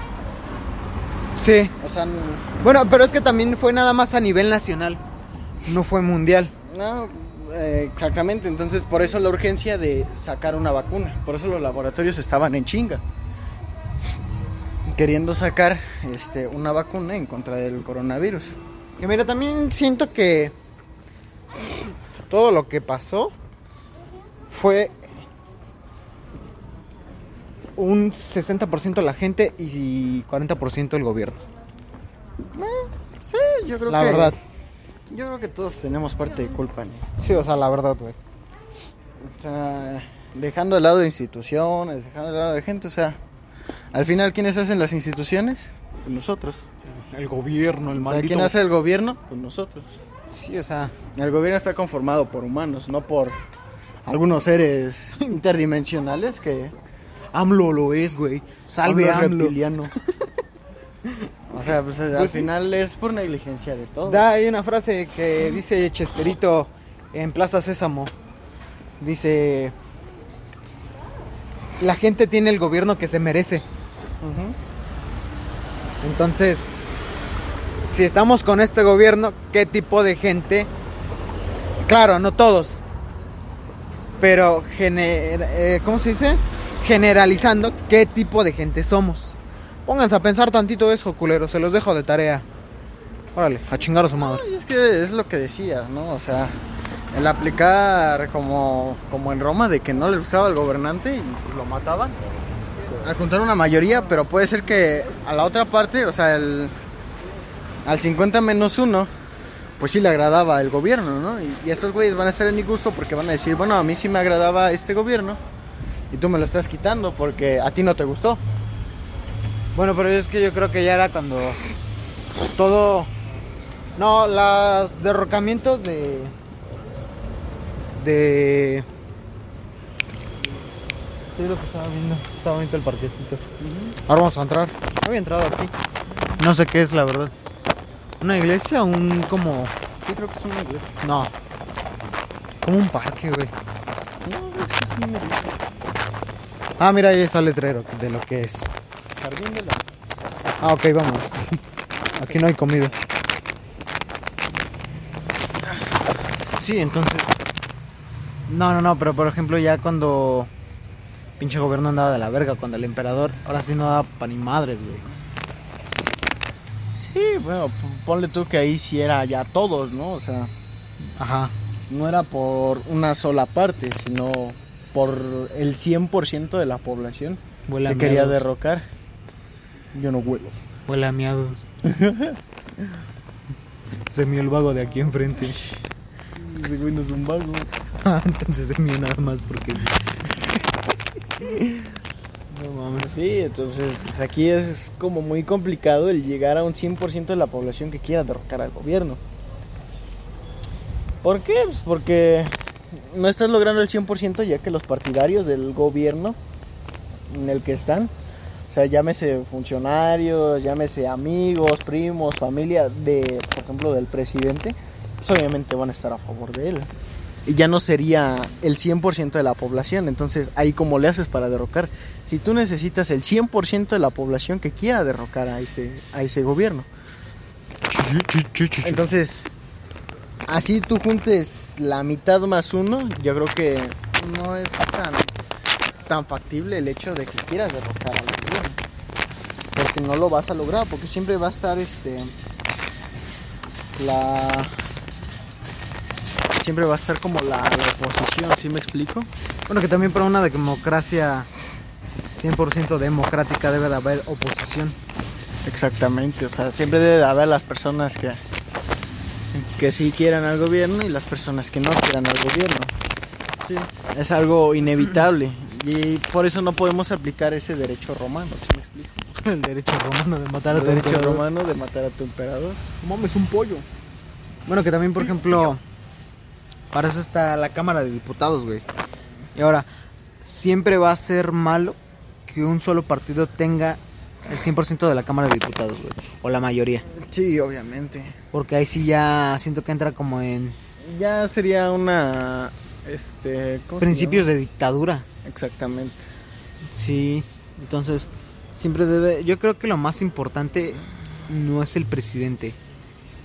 Sí. O sea, n- Bueno, pero es que también fue nada más a nivel nacional. No fue mundial. no, eh, exactamente. Entonces por eso la urgencia de sacar una vacuna. Por eso los laboratorios estaban en chinga. Queriendo sacar este, una vacuna en contra del coronavirus. Que mira, también siento que todo lo que pasó fue un 60% la gente y 40% el gobierno. Sí, yo creo La que... verdad. Yo creo que todos tenemos parte de culpa en esto. Sí, o sea, la verdad, güey. O sea, dejando de lado instituciones, dejando de lado de gente, o sea, al final, ¿quiénes hacen las instituciones? Pues nosotros. El gobierno, el O sea, ¿quién hace el gobierno? Pues nosotros. Sí, o sea, El gobierno está conformado por humanos, no por algunos seres <laughs> interdimensionales que... AMLO lo es, güey. Salve Hablo AMLO. reptiliano. O sea, pues al Pues sí. final es por negligencia de todo. Da, hay una frase que dice Chesperito en Plaza Sésamo. Dice, la gente tiene el gobierno que se merece. Entonces, si estamos con este gobierno, ¿qué tipo de gente? Claro, no todos. Pero, gener- eh, ¿cómo se dice? Generalizando, ¿qué tipo de gente somos? Pónganse a pensar tantito eso, culeros. Se los dejo de tarea. Órale, a chingar a su madre. Es que es lo que decías, ¿no? O sea, el aplicar como, como en Roma de que no les gustaba el gobernante y lo mataban. Al juntar una mayoría, pero puede ser que a la otra parte, o sea, el, al 50 menos 1, pues sí le agradaba el gobierno, ¿no? Y, y estos güeyes van a estar en mi gusto porque van a decir, bueno, a mí sí me agradaba este gobierno y tú me lo estás quitando porque a ti no te gustó. Bueno, pero es que yo creo que ya era cuando todo. No, los derrocamientos de. De. Sí, lo que estaba viendo. Estaba bonito el parquecito. Ahora vamos a entrar. No había entrado aquí. No sé qué es, la verdad. ¿Una iglesia? ¿Un como.? Sí, creo que es una iglesia. No. Como un parque, güey. Ah, mira, ahí está el letrero de lo que es. Jardín de la... Ah, ok, vamos. Aquí no hay comida. Sí, entonces. No, no, no, pero por ejemplo, ya cuando. Pinche gobierno andaba de la verga, cuando el emperador. Ahora sí no daba pa' ni madres, güey. Sí, bueno, p- ponle tú que ahí sí era ya todos, ¿no? O sea, Ajá. no era por una sola parte, sino por el 100% de la población Huele a que quería miados. derrocar. Yo no huelo. Huele a miados. <laughs> se mió el vago de aquí enfrente. Ese güey no es un vago. <laughs> Ah, entonces se mió nada más porque sí. no mames. Sí, entonces pues aquí es como muy complicado el llegar a un 100% de la población que quiera derrocar al gobierno. ¿Por qué? Pues porque no estás logrando el 100% ya que los partidarios del gobierno en el que están, o sea, llámese funcionarios, llámese amigos, primos, familia de, por ejemplo, del presidente, pues obviamente van a estar a favor de él. Y ya no sería el 100% de la población, entonces ahí como le haces para derrocar si tú necesitas el 100% de la población que quiera derrocar a ese, a ese gobierno. Entonces, así tú juntes la mitad más uno, yo creo que no es tan, tan factible el hecho de que quieras derrocar al gobierno. Porque no lo vas a lograr, porque siempre va a estar este la siempre va a estar como la, la oposición, ¿sí me explico? Bueno, que también para una democracia 100% democrática debe de haber oposición. Exactamente, o sea, siempre debe de haber las personas que, que sí quieran al gobierno y las personas que no quieran al gobierno. Es algo inevitable y por eso no podemos aplicar ese derecho romano, ¿sí me explico? <laughs> El derecho romano de matar a El tu derecho emperador. romano de matar a tu emperador. Mames, un pollo. Bueno, que también, por ejemplo, para eso está la Cámara de Diputados, güey. Y ahora, siempre va a ser malo que un solo partido tenga el 100% de la Cámara de Diputados, güey. O la mayoría. Sí, obviamente. Porque ahí sí ya siento que entra como en Ya sería una... Este, ¿cómo se principios llama? de dictadura. Exactamente. Sí, entonces siempre debe. Yo creo que lo más importante no es el presidente,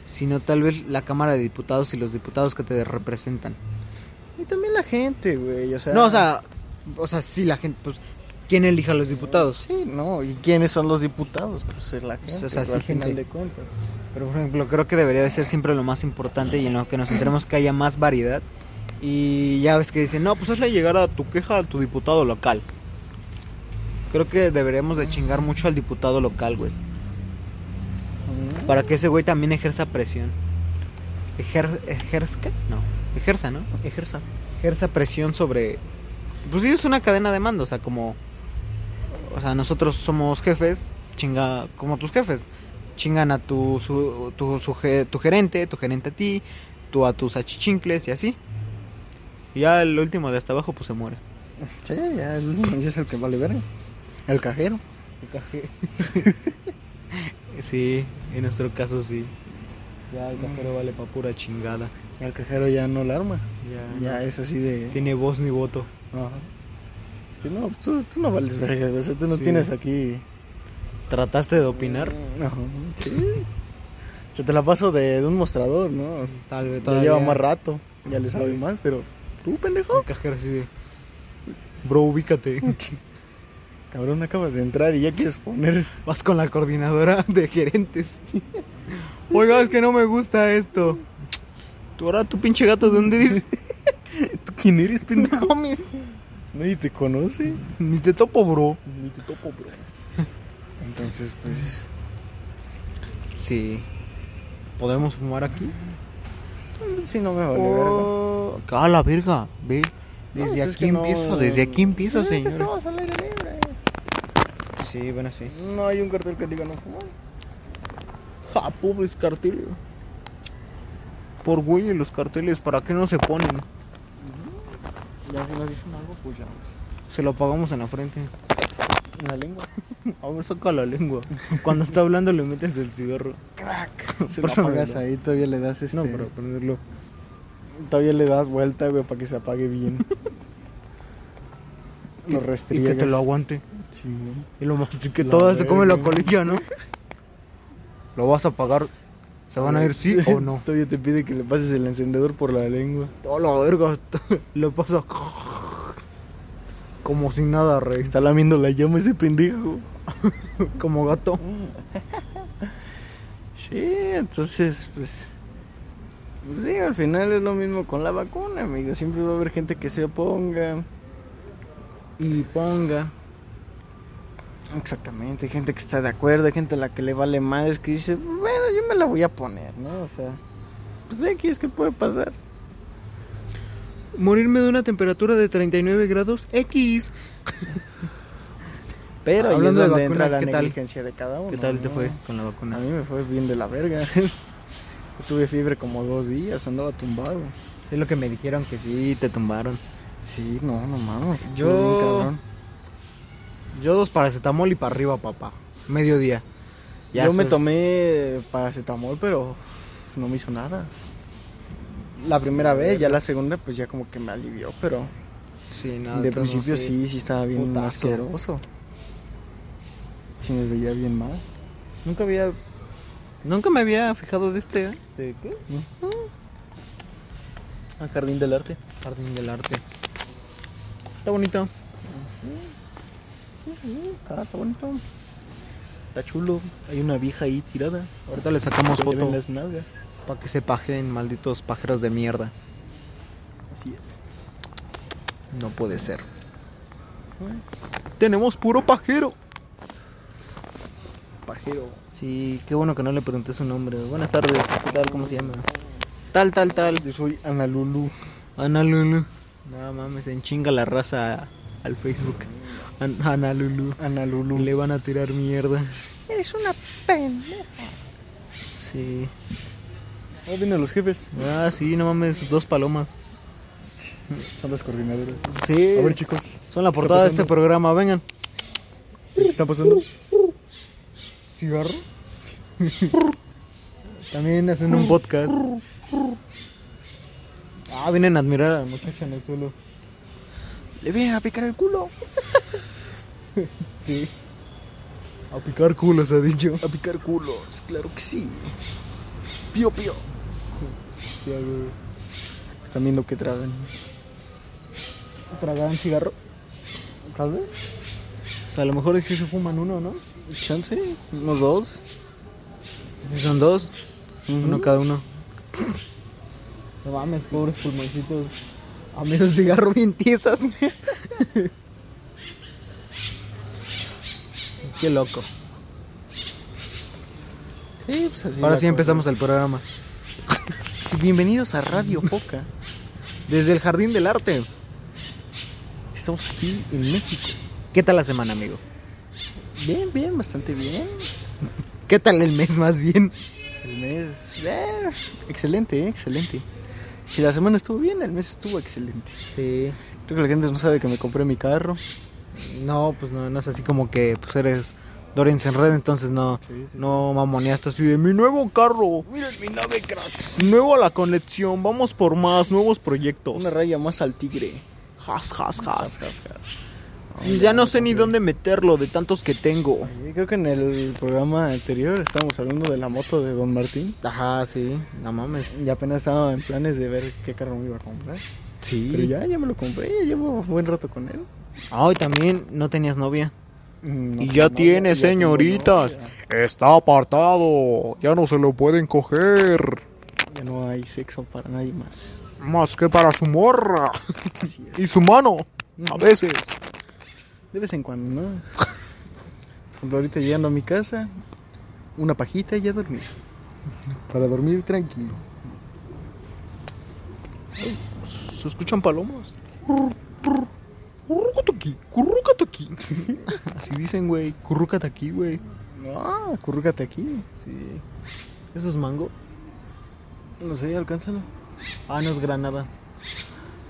sino tal vez la Cámara de Diputados y los diputados que te representan. Y también la gente, güey, o sea... No, o sea, o sea, sí, la gente, pues, ¿quién elija a los diputados? Sí, no, ¿y quiénes son los diputados? Pues es la Pues, gente, o sea, al sí, final gente. de cuentas. Pero, por ejemplo, creo que debería de ser siempre lo más importante y en lo que nos centremos que haya más variedad. Y ya ves que dicen, no, pues hazle llegar a tu queja a tu diputado local. Creo que deberíamos de chingar mucho al diputado local, güey. Para que ese güey también ejerza presión. Ejer, ¿Ejerzca? No. Ejerza, ¿no? Ejerza. Ejerza presión sobre... Pues sí, es una cadena de mando, o sea, como... O sea, nosotros somos jefes, chinga como tus jefes. Chingan a tu, su- tu, su ge- tu gerente, tu gerente a ti, tú a tus achichincles y así. Y ya el último de hasta abajo pues se muere. Sí, ya el último ya es el que vale verga. El cajero. El cajero. <laughs> Sí, en nuestro caso sí. Ya el cajero vale pa' pura chingada. El cajero ya no la arma. Ya eh. es así de. Tiene voz ni voto. Ajá. Sí, no, pues tú, tú no vales verga, güey, o sea, tú no Sí. tienes aquí. ¿Trataste de opinar? Ajá, sí. O sea, te la paso de, de un mostrador, ¿no? Tal vez Te lleva más rato, ya le sabe más, pero. ¿Tú, pendejo? El cajero así de... Bro, ubícate. <laughs> Cabrón, acabas de entrar y ya quieres poner. Vas con la coordinadora de gerentes. <laughs> Oiga, es que no me gusta esto. Tú ahora, tu pinche gato, ¿de dónde eres? <laughs> ¿Tú quién eres, pendejo? Nadie te conoce. Ni te topo, bro. Ni te topo, bro. Entonces, pues. Sí. ¿Podremos fumar aquí? Sí, no me vale, verga. Oh, a la verga, ve. No, Desde pues es aquí que no- empiezo, desde aquí empiezo, Eh, señor. Estamos al aire libre. Sí, bueno, sí. No hay un cartel que diga no fumar. Ja, pobres carteles. Por güey, los carteles, ¿para qué no se ponen? Ya si nos dicen algo, pues ya. Se lo apagamos en la frente. En la lengua. <laughs> A ver, saca la lengua. Cuando está hablando le metes el cigarro. <laughs> Crack. Se lo apagas ahí, todavía le das este... No, pero prenderlo. Todavía le das vuelta, güey, para que se apague bien. lo Y que restriegas. te lo aguante. Sí, güey. Y lo mastique La todo, se come la verga. colilla, ¿no? Lo vas a pagar. ¿Se van a ir sí o no? <laughs> Todavía te pide que le pases el encendedor por la lengua. A la verga. <laughs> Le pasa. Como si nada, rey. Está lamiendo la llama ese pendejo. <laughs> Como gato. Sí, entonces, pues. pues digo, al final es lo mismo con la vacuna, amigo. Siempre va a haber gente que se oponga. Y ponga. Exactamente, hay gente que está de acuerdo, hay gente a la que le vale madres que dice, bueno, yo me la voy a poner, ¿no? O sea, pues de aquí es que puede pasar. Morirme de una temperatura de 39 grados X. Pero ahí es Hablando de donde vacuna, entra la ¿qué tal? negligencia de cada uno. ¿Qué tal te ¿no? fue con la A vacuna? mí me fue bien de la verga. <laughs> Yo Tuve fiebre como dos días, andaba tumbado. Sí, lo que me dijeron que sí, te tumbaron. Sí, no, no mames. Yo- estuvo bien cabrón. Yo dos paracetamol y para arriba, papá. Mediodía. Ya Yo me después- tomé paracetamol, pero no me hizo nada. La primera vez, ya la segunda, pues ya como que me alivió, pero Sí, nada. de todos, principio sí, sí estaba bien Putazo. asqueroso. Sí me veía bien mal. Nunca había... Nunca me había fijado de este, ¿eh? ¿De qué? A Jardín del Arte. Jardín del Arte. Está bonito. Ah, está bonito. Está chulo. Hay una vieja ahí tirada. Ahorita le sacamos Se le ven foto las nalgas. para que se pajen malditos pájaros de mierda. Así es. No puede ser. Tenemos puro pajero. Pajero. Sí, qué bueno que no le pregunté su nombre. Buenas tardes, ¿qué tal? ¿Cómo se llama? Tal, tal, tal. Yo soy Ana Lulu. Ana Lulu. No mames, en chinga la raza al Facebook. An- Ana Lulu. Ana Lulu. Le van a tirar mierda. Eres una pendeja. Sí. Ahora vienen los jefes. Ah, sí, no mames, dos palomas. Son los coordinadores. Sí. A ver, chicos. Son la portada de este programa, vengan. ¿Qué está pasando? ¿Cigarro? <laughs> También hacen un podcast. Ah, vienen a admirar a la muchacha en el suelo. Le vienen a picar el culo. Sí. A picar culos, ha dicho. A picar culos, claro que sí. Pío, pío. Están viendo que tragan. ¿Tragarán cigarro? Tal vez. O sea, a lo mejor sí se fuman uno, ¿no? Chance. Unos dos. Si son dos, uno cada uno. No mames, pobres pulmoncitos. A menos cigarro bien tiesas. Qué loco. Sí, pues así. Ahora la sí cosa. empezamos el programa. Sí, bienvenidos a Radio Foca. Desde el Jardín del Arte. Estamos aquí en México. ¿Qué tal la semana, amigo? Bien, bien, bastante bien. ¿Qué tal el mes más bien? El mes. eh, excelente, eh, excelente. Si la semana estuvo bien, el mes estuvo excelente. Sí. Creo que la gente no sabe que me compré mi carro. No, pues no, no es así como que pues eres Dorian Red, entonces no, no mamoneaste así de mi nuevo carro. Miren mi nave, cracks. Nuevo a la colección, vamos por más, nuevos proyectos. Una raya más al tigre. Has, has, has. Ya no sé ni dónde meterlo de tantos que tengo. Oye, Creo que en el programa anterior estábamos hablando de la moto de Don Martín. Ajá, sí, no mames. Y apenas estaba en planes de ver qué carro me iba a comprar. Sí. Pero ya, ya me lo compré, ya llevo buen rato con él. Ah, y también no tenías novia. No, Y ya tiene, señoritas. Está apartado. Ya no se lo pueden coger. Ya no hay sexo para nadie más. Más que para su morra. <laughs> Y su mano. Mm. A veces. De vez en cuando, ¿no? Por ejemplo, ahorita llegando a mi casa, una pajita y ya dormí. Para dormir tranquilo. ¿Se escuchan palomas? Currucatoqui, <laughs> currucatoqui. Así dicen, güey. Currúcate aquí, güey. Ah, acurrúcate aquí. Sí. ¿Eso es mango? No sé, alcánzalo. Ah, no es granada.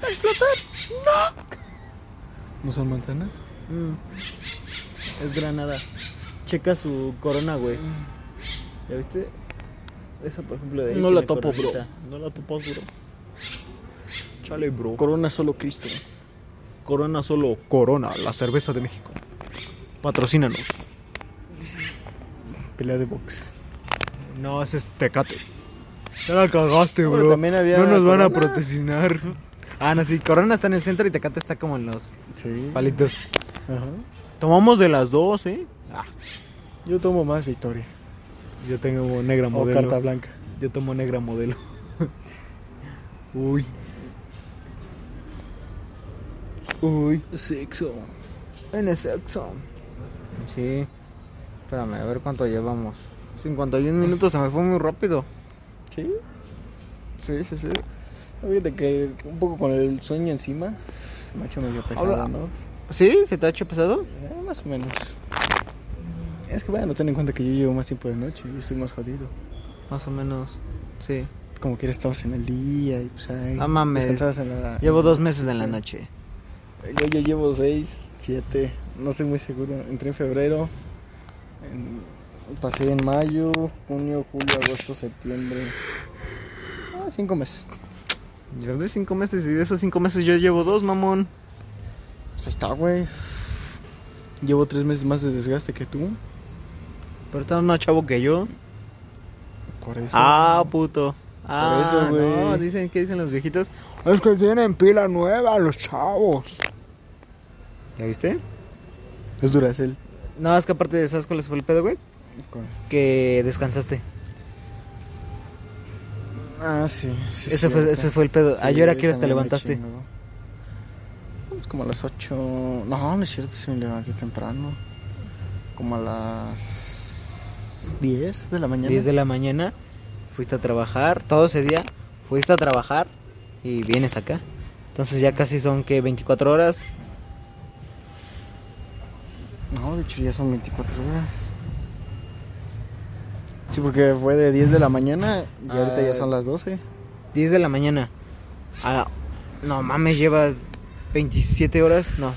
¡Explotar! ¡No! ¿No son manzanas? Mm. Es granada. Checa su corona, güey. ¿Ya viste? Eso, por ejemplo, de ahí No la tiene topo, bro. coronita. No la topo, bro. Chale, bro. Corona solo Cristo. Corona solo. Corona, la cerveza de México. Patrocínanos. Pelea de box. No, ese es Tecate. Ya la cagaste, Bueno, bro. también había no nos van a Corona. patrocinar. Ah, no, sí. Corona está en el centro y Tecate está como en los Sí. palitos. Ajá. Tomamos de las dos, ¿eh? Yo tomo más Victoria. Yo tengo negra O modelo. carta blanca. Yo tomo negra modelo. <laughs> Uy. Uy. Sexo. En el sexo. Sí. Espérame, a ver cuánto llevamos. 51 minutos, se me fue muy rápido. ¿Sí? Sí, sí, sí. Fíjate que un poco con el sueño encima, se me ha hecho medio pesado, Habla- ¿no? ¿Sí? ¿Se te ha hecho pesado? Eh, más o menos. Es que bueno, ten en cuenta que yo llevo más tiempo de noche y estoy más jodido. Más o menos. Sí. Como quiera estamos en el día y pues ahí. No mames. descansabas en la- Llevo dos meses en la noche. Yo, yo llevo seis, siete, no estoy muy seguro. Entré en febrero, en- pasé en mayo, junio, julio, agosto, septiembre. Ah, cinco meses. Llevo cinco meses y de esos cinco meses yo llevo dos, mamón. Pues ahí está, güey. Llevo tres meses más de desgaste que tú. Pero estás más chavo que yo. Por eso. Ah, puto. Ah, eso, güey. No, dicen, ¿qué dicen los viejitos? Es que tienen pila nueva los chavos. ¿Ya viste? Es Duracel. No, es que aparte de esas, ¿cuál fue el pedo, güey? ¿Cuál? Que descansaste. Ah, sí. sí ese, fue, ese fue el pedo. Ayer a qué horas te levantaste. Pues como a las 8. No, no es cierto, sí me levanté temprano. Como a las 10 de la mañana. 10 de la mañana, fuiste a trabajar, todo ese día, fuiste a trabajar y vienes acá. Entonces ya casi son que 24 horas. No, de hecho ya son 24 horas. Sí, porque fue de 10 de la mañana y Ah, ahorita ya son las 12. 10 de la mañana. Ah, no mames, llevas 27 horas, no,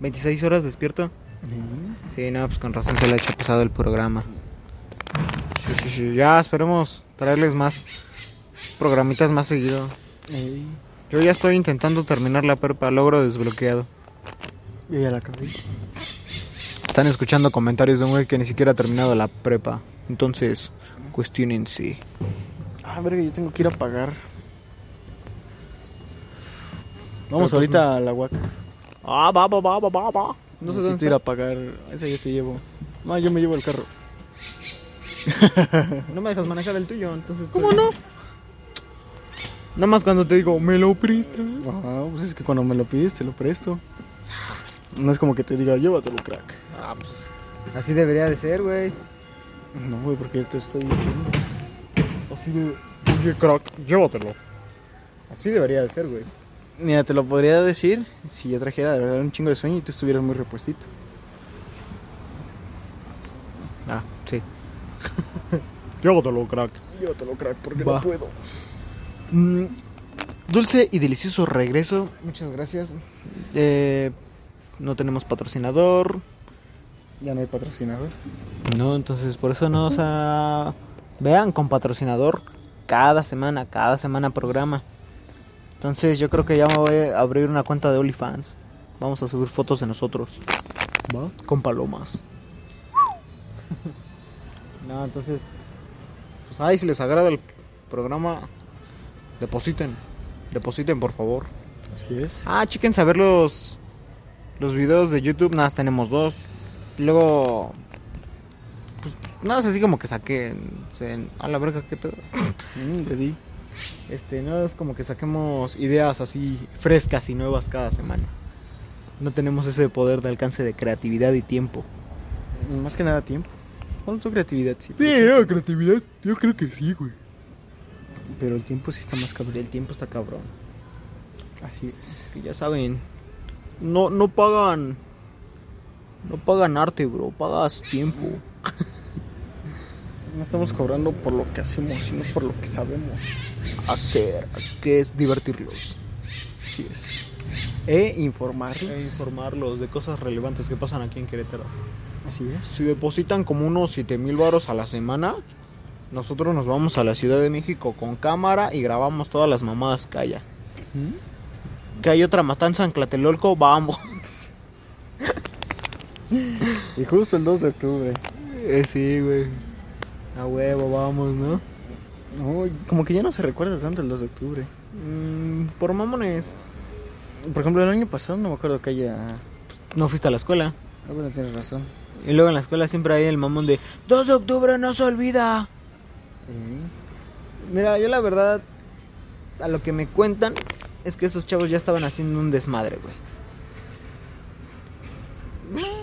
26 horas despierto. Sí, no, pues con razón se le ha hecho pesado el programa. Sí, sí, sí, ya esperemos traerles más programitas más seguido. Ey, Yo ya estoy intentando terminar la perpa, logro desbloqueado. yo ya la acabé. Están escuchando comentarios de un güey que ni siquiera ha terminado la prepa. Entonces, cuestionense. Ah, verga, yo tengo que ir a pagar. Vamos Pero, ahorita a la huaca. Ah, va, va, va, va, va, va. No sé dónde ir a pagar. Esa yo te llevo. No, yo me llevo <laughs> el carro. No me dejas manejar el tuyo, entonces. ¿Cómo no? Nada más cuando te digo, ¿me lo prestas? Ajá, pues es que cuando me lo pides te lo presto. No es como que te diga, llévatelo, crack. Así debería de ser, güey. No, güey, porque yo te estoy diciendo. Así de. Oye, crack, llévatelo. Así debería de ser, güey. Mira, te lo podría decir si yo trajera de verdad un chingo de sueño y tú estuvieras muy repuestito. Ah, sí. Llévatelo, crack. Llévatelo, crack, porque Va. no puedo. Mm, dulce y delicioso regreso. Muchas gracias. Eh, no tenemos patrocinador. Ya no hay patrocinador. No, entonces por eso no, o sea, vean con patrocinador cada semana, cada semana programa. Entonces yo creo que ya me voy a abrir una cuenta de OnlyFans. Vamos a subir fotos de nosotros. ¿Va? Con palomas. No, entonces, pues ay, si les agrada el programa, depositen, depositen por favor. Así es. Ah, chequen saber los los videos de YouTube, nada, más tenemos dos. Luego, pues, nada, más así como que saquen, se- a la verga, qué pedo. Mm, le di. Este, no es como que saquemos ideas así frescas y nuevas cada semana. No tenemos ese poder de alcance de creatividad y tiempo. Mm, Más que nada tiempo. Con tu creatividad, sí. creatividad, yo creo que sí, güey. Pero el tiempo sí está más cabrón. El tiempo está cabrón. Así es. Que ya saben, no, no pagan. No pagan arte, bro, pagas tiempo. No estamos cobrando por lo que hacemos, sino por lo que sabemos. Hacer, que es divertirlos. Así es. E informarlos. E informarlos de cosas relevantes que pasan aquí en Querétaro. Así es. Si depositan como unos 7 mil varos a la semana, nosotros nos vamos a la Ciudad de México con cámara y grabamos todas las mamadas que haya. Que hay otra matanza en Tlatelolco, vamos. Y justo el 2 de octubre. Eh, sí, güey. A huevo, vamos, ¿no? No, como que ya no se recuerda tanto el 2 de octubre. Mm, por mamones. Por ejemplo, el año pasado no me acuerdo que haya. No fuiste a la escuela. Ah, bueno, tienes razón. Y luego en la escuela siempre hay el mamón de 2 de octubre no se olvida. Mira, yo la verdad, a lo que me cuentan es que esos chavos ya estaban haciendo un desmadre, güey. No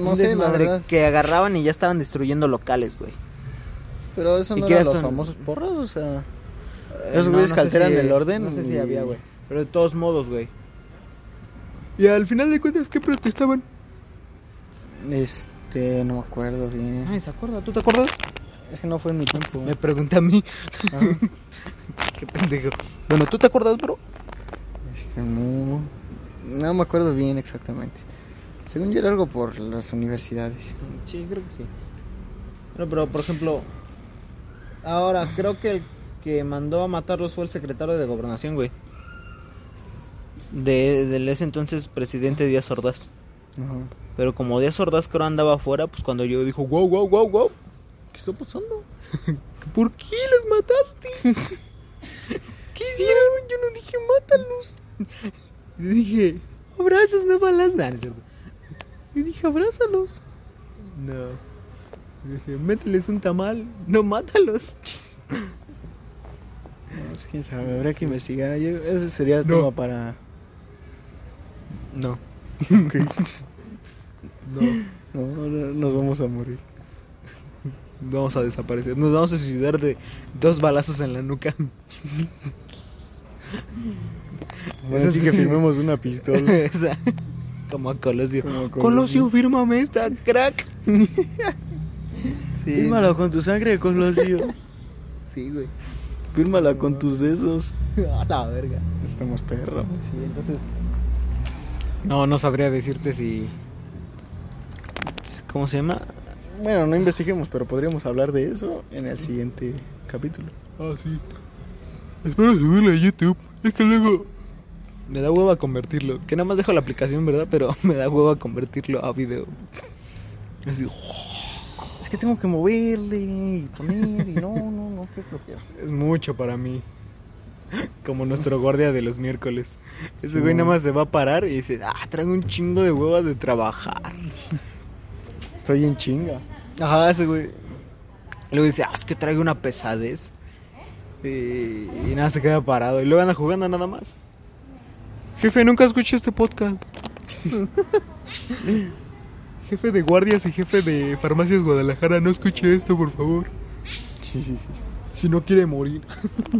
un Mm, sé, la desmadre verdad. que agarraban y ya estaban destruyendo locales, güey. Pero eso ¿Y no qué eran los son? famosos porros, o sea. Eh, Esos no, güeyes no sé que alteran si- el orden. No sé si y- había, güey. Pero de todos modos, güey. Y al final de cuentas, ¿qué protestaban? Este, no me acuerdo bien. Ay, ¿se acuerda? ¿Tú te acuerdas? Es que no fue en mi tiempo. Me pregunta a mí. <laughs> Qué pendejo. Bueno, ¿tú te acuerdas, bro? Este, no. No me acuerdo bien exactamente. Según yo era algo por las universidades. Sí, creo que sí. Bueno, pero por ejemplo, ahora creo que el que mandó a matarlos fue el secretario de gobernación, güey. De, del ese entonces presidente Díaz Ordaz. Ajá. Pero como Díaz Ordaz creo andaba afuera, pues cuando yo dijo, wow, wow, wow, wow, ¿Qué está pasando? ¿por qué los mataste? ¿Qué hicieron? Yo no dije, <laughs> mátalos. Yo dije, abrazos, no balas. Nah, no es cierto. Y dije, abrázalos. No. Dije, mételes un tamal, no mátalos. <laughs> No, pues quién sabe, habría que investigar. Yo- ese sería el tema para. No. <laughs> No, no, nos vamos a morir. Vamos a desaparecer. Nos vamos a suicidar de dos balazos en la nuca. Bueno, así que firmemos una <laughs> pistola. Esa. Como a Colosio. Como a Colosio. Colosio, fírmame esta, crack. sí. Fírmala con tu sangre, Colosio. Sí, güey. Fírmala con tus <laughs> sesos. A la verga. Estamos perros. Sí, entonces. No, no sabría decirte si. ¿Cómo se llama? Bueno, no investiguemos, <laughs> pero podríamos hablar de eso en el siguiente capítulo. Ah, Espero subirlo a YouTube. Es que luego. Me da hueva convertirlo. Que nada más dejo la aplicación, ¿verdad? Pero <laughs> me da hueva convertirlo a video. Así, Es que tengo que moverle y poner y no, no, no, qué flojera. Es mucho para mí. Como nuestro guardia de los miércoles. Ese güey nada más se va a parar y dice, ah, traigo un chingo de huevas de trabajar. Estoy en chinga. Ajá, ese güey. Luego dice, ah, es que traigo una pesadez. Y, y nada, se queda parado. Y luego anda jugando nada más. Jefe, nunca escuché este podcast. <laughs> Jefe de guardias y jefe de farmacias Guadalajara, no escuche esto, por favor. Si no quiere morir.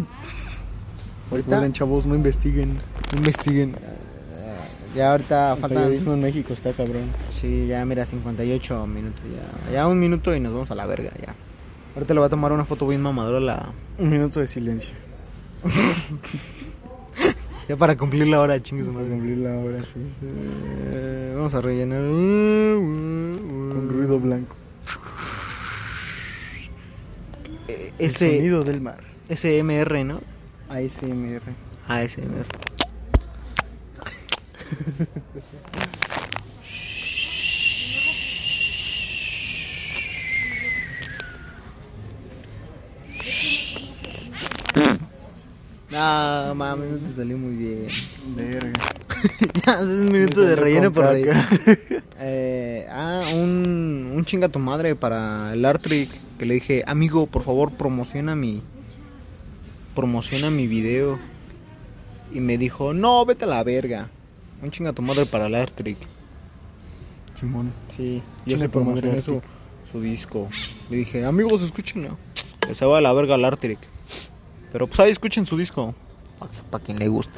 <laughs> Ahorita. chavos, no investiguen. Investiguen. Eh, Ya ahorita El periodismo en México está cabrón. Sí, ya mira, 58 minutos, ya, ya un minuto y nos vamos a la verga, ya. Ahorita le va a tomar una foto bien mamadora a la... Un minuto de silencio. <laughs> Ya para cumplir la hora, chingues Para madre. cumplir la hora, sí. Eh, vamos a rellenar... Con ruido blanco. Eh, El Ese... sonido del mar. SMR, ¿no? ASMR. ASMR. Ah, mami, no te salió muy bien. Verga. <laughs> ya, haces un minuto de salió relleno con para caca. reír. Eh, ah, un, un chinga tu madre para el Artric. Que le dije, amigo, por favor, promociona mi. Promociona mi video. Y me dijo, no, vete a la verga. Un chinga tu madre para el Artric. Simón. Sí, yo Chinga se tu madre, promocioné su, Arctic. su disco. Le dije, amigos, escúchenlo. Que se va a la verga el Arctic. Pero pues ahí escuchen su disco. Para quien le guste.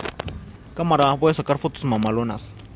Cámara, voy a sacar fotos mamalonas.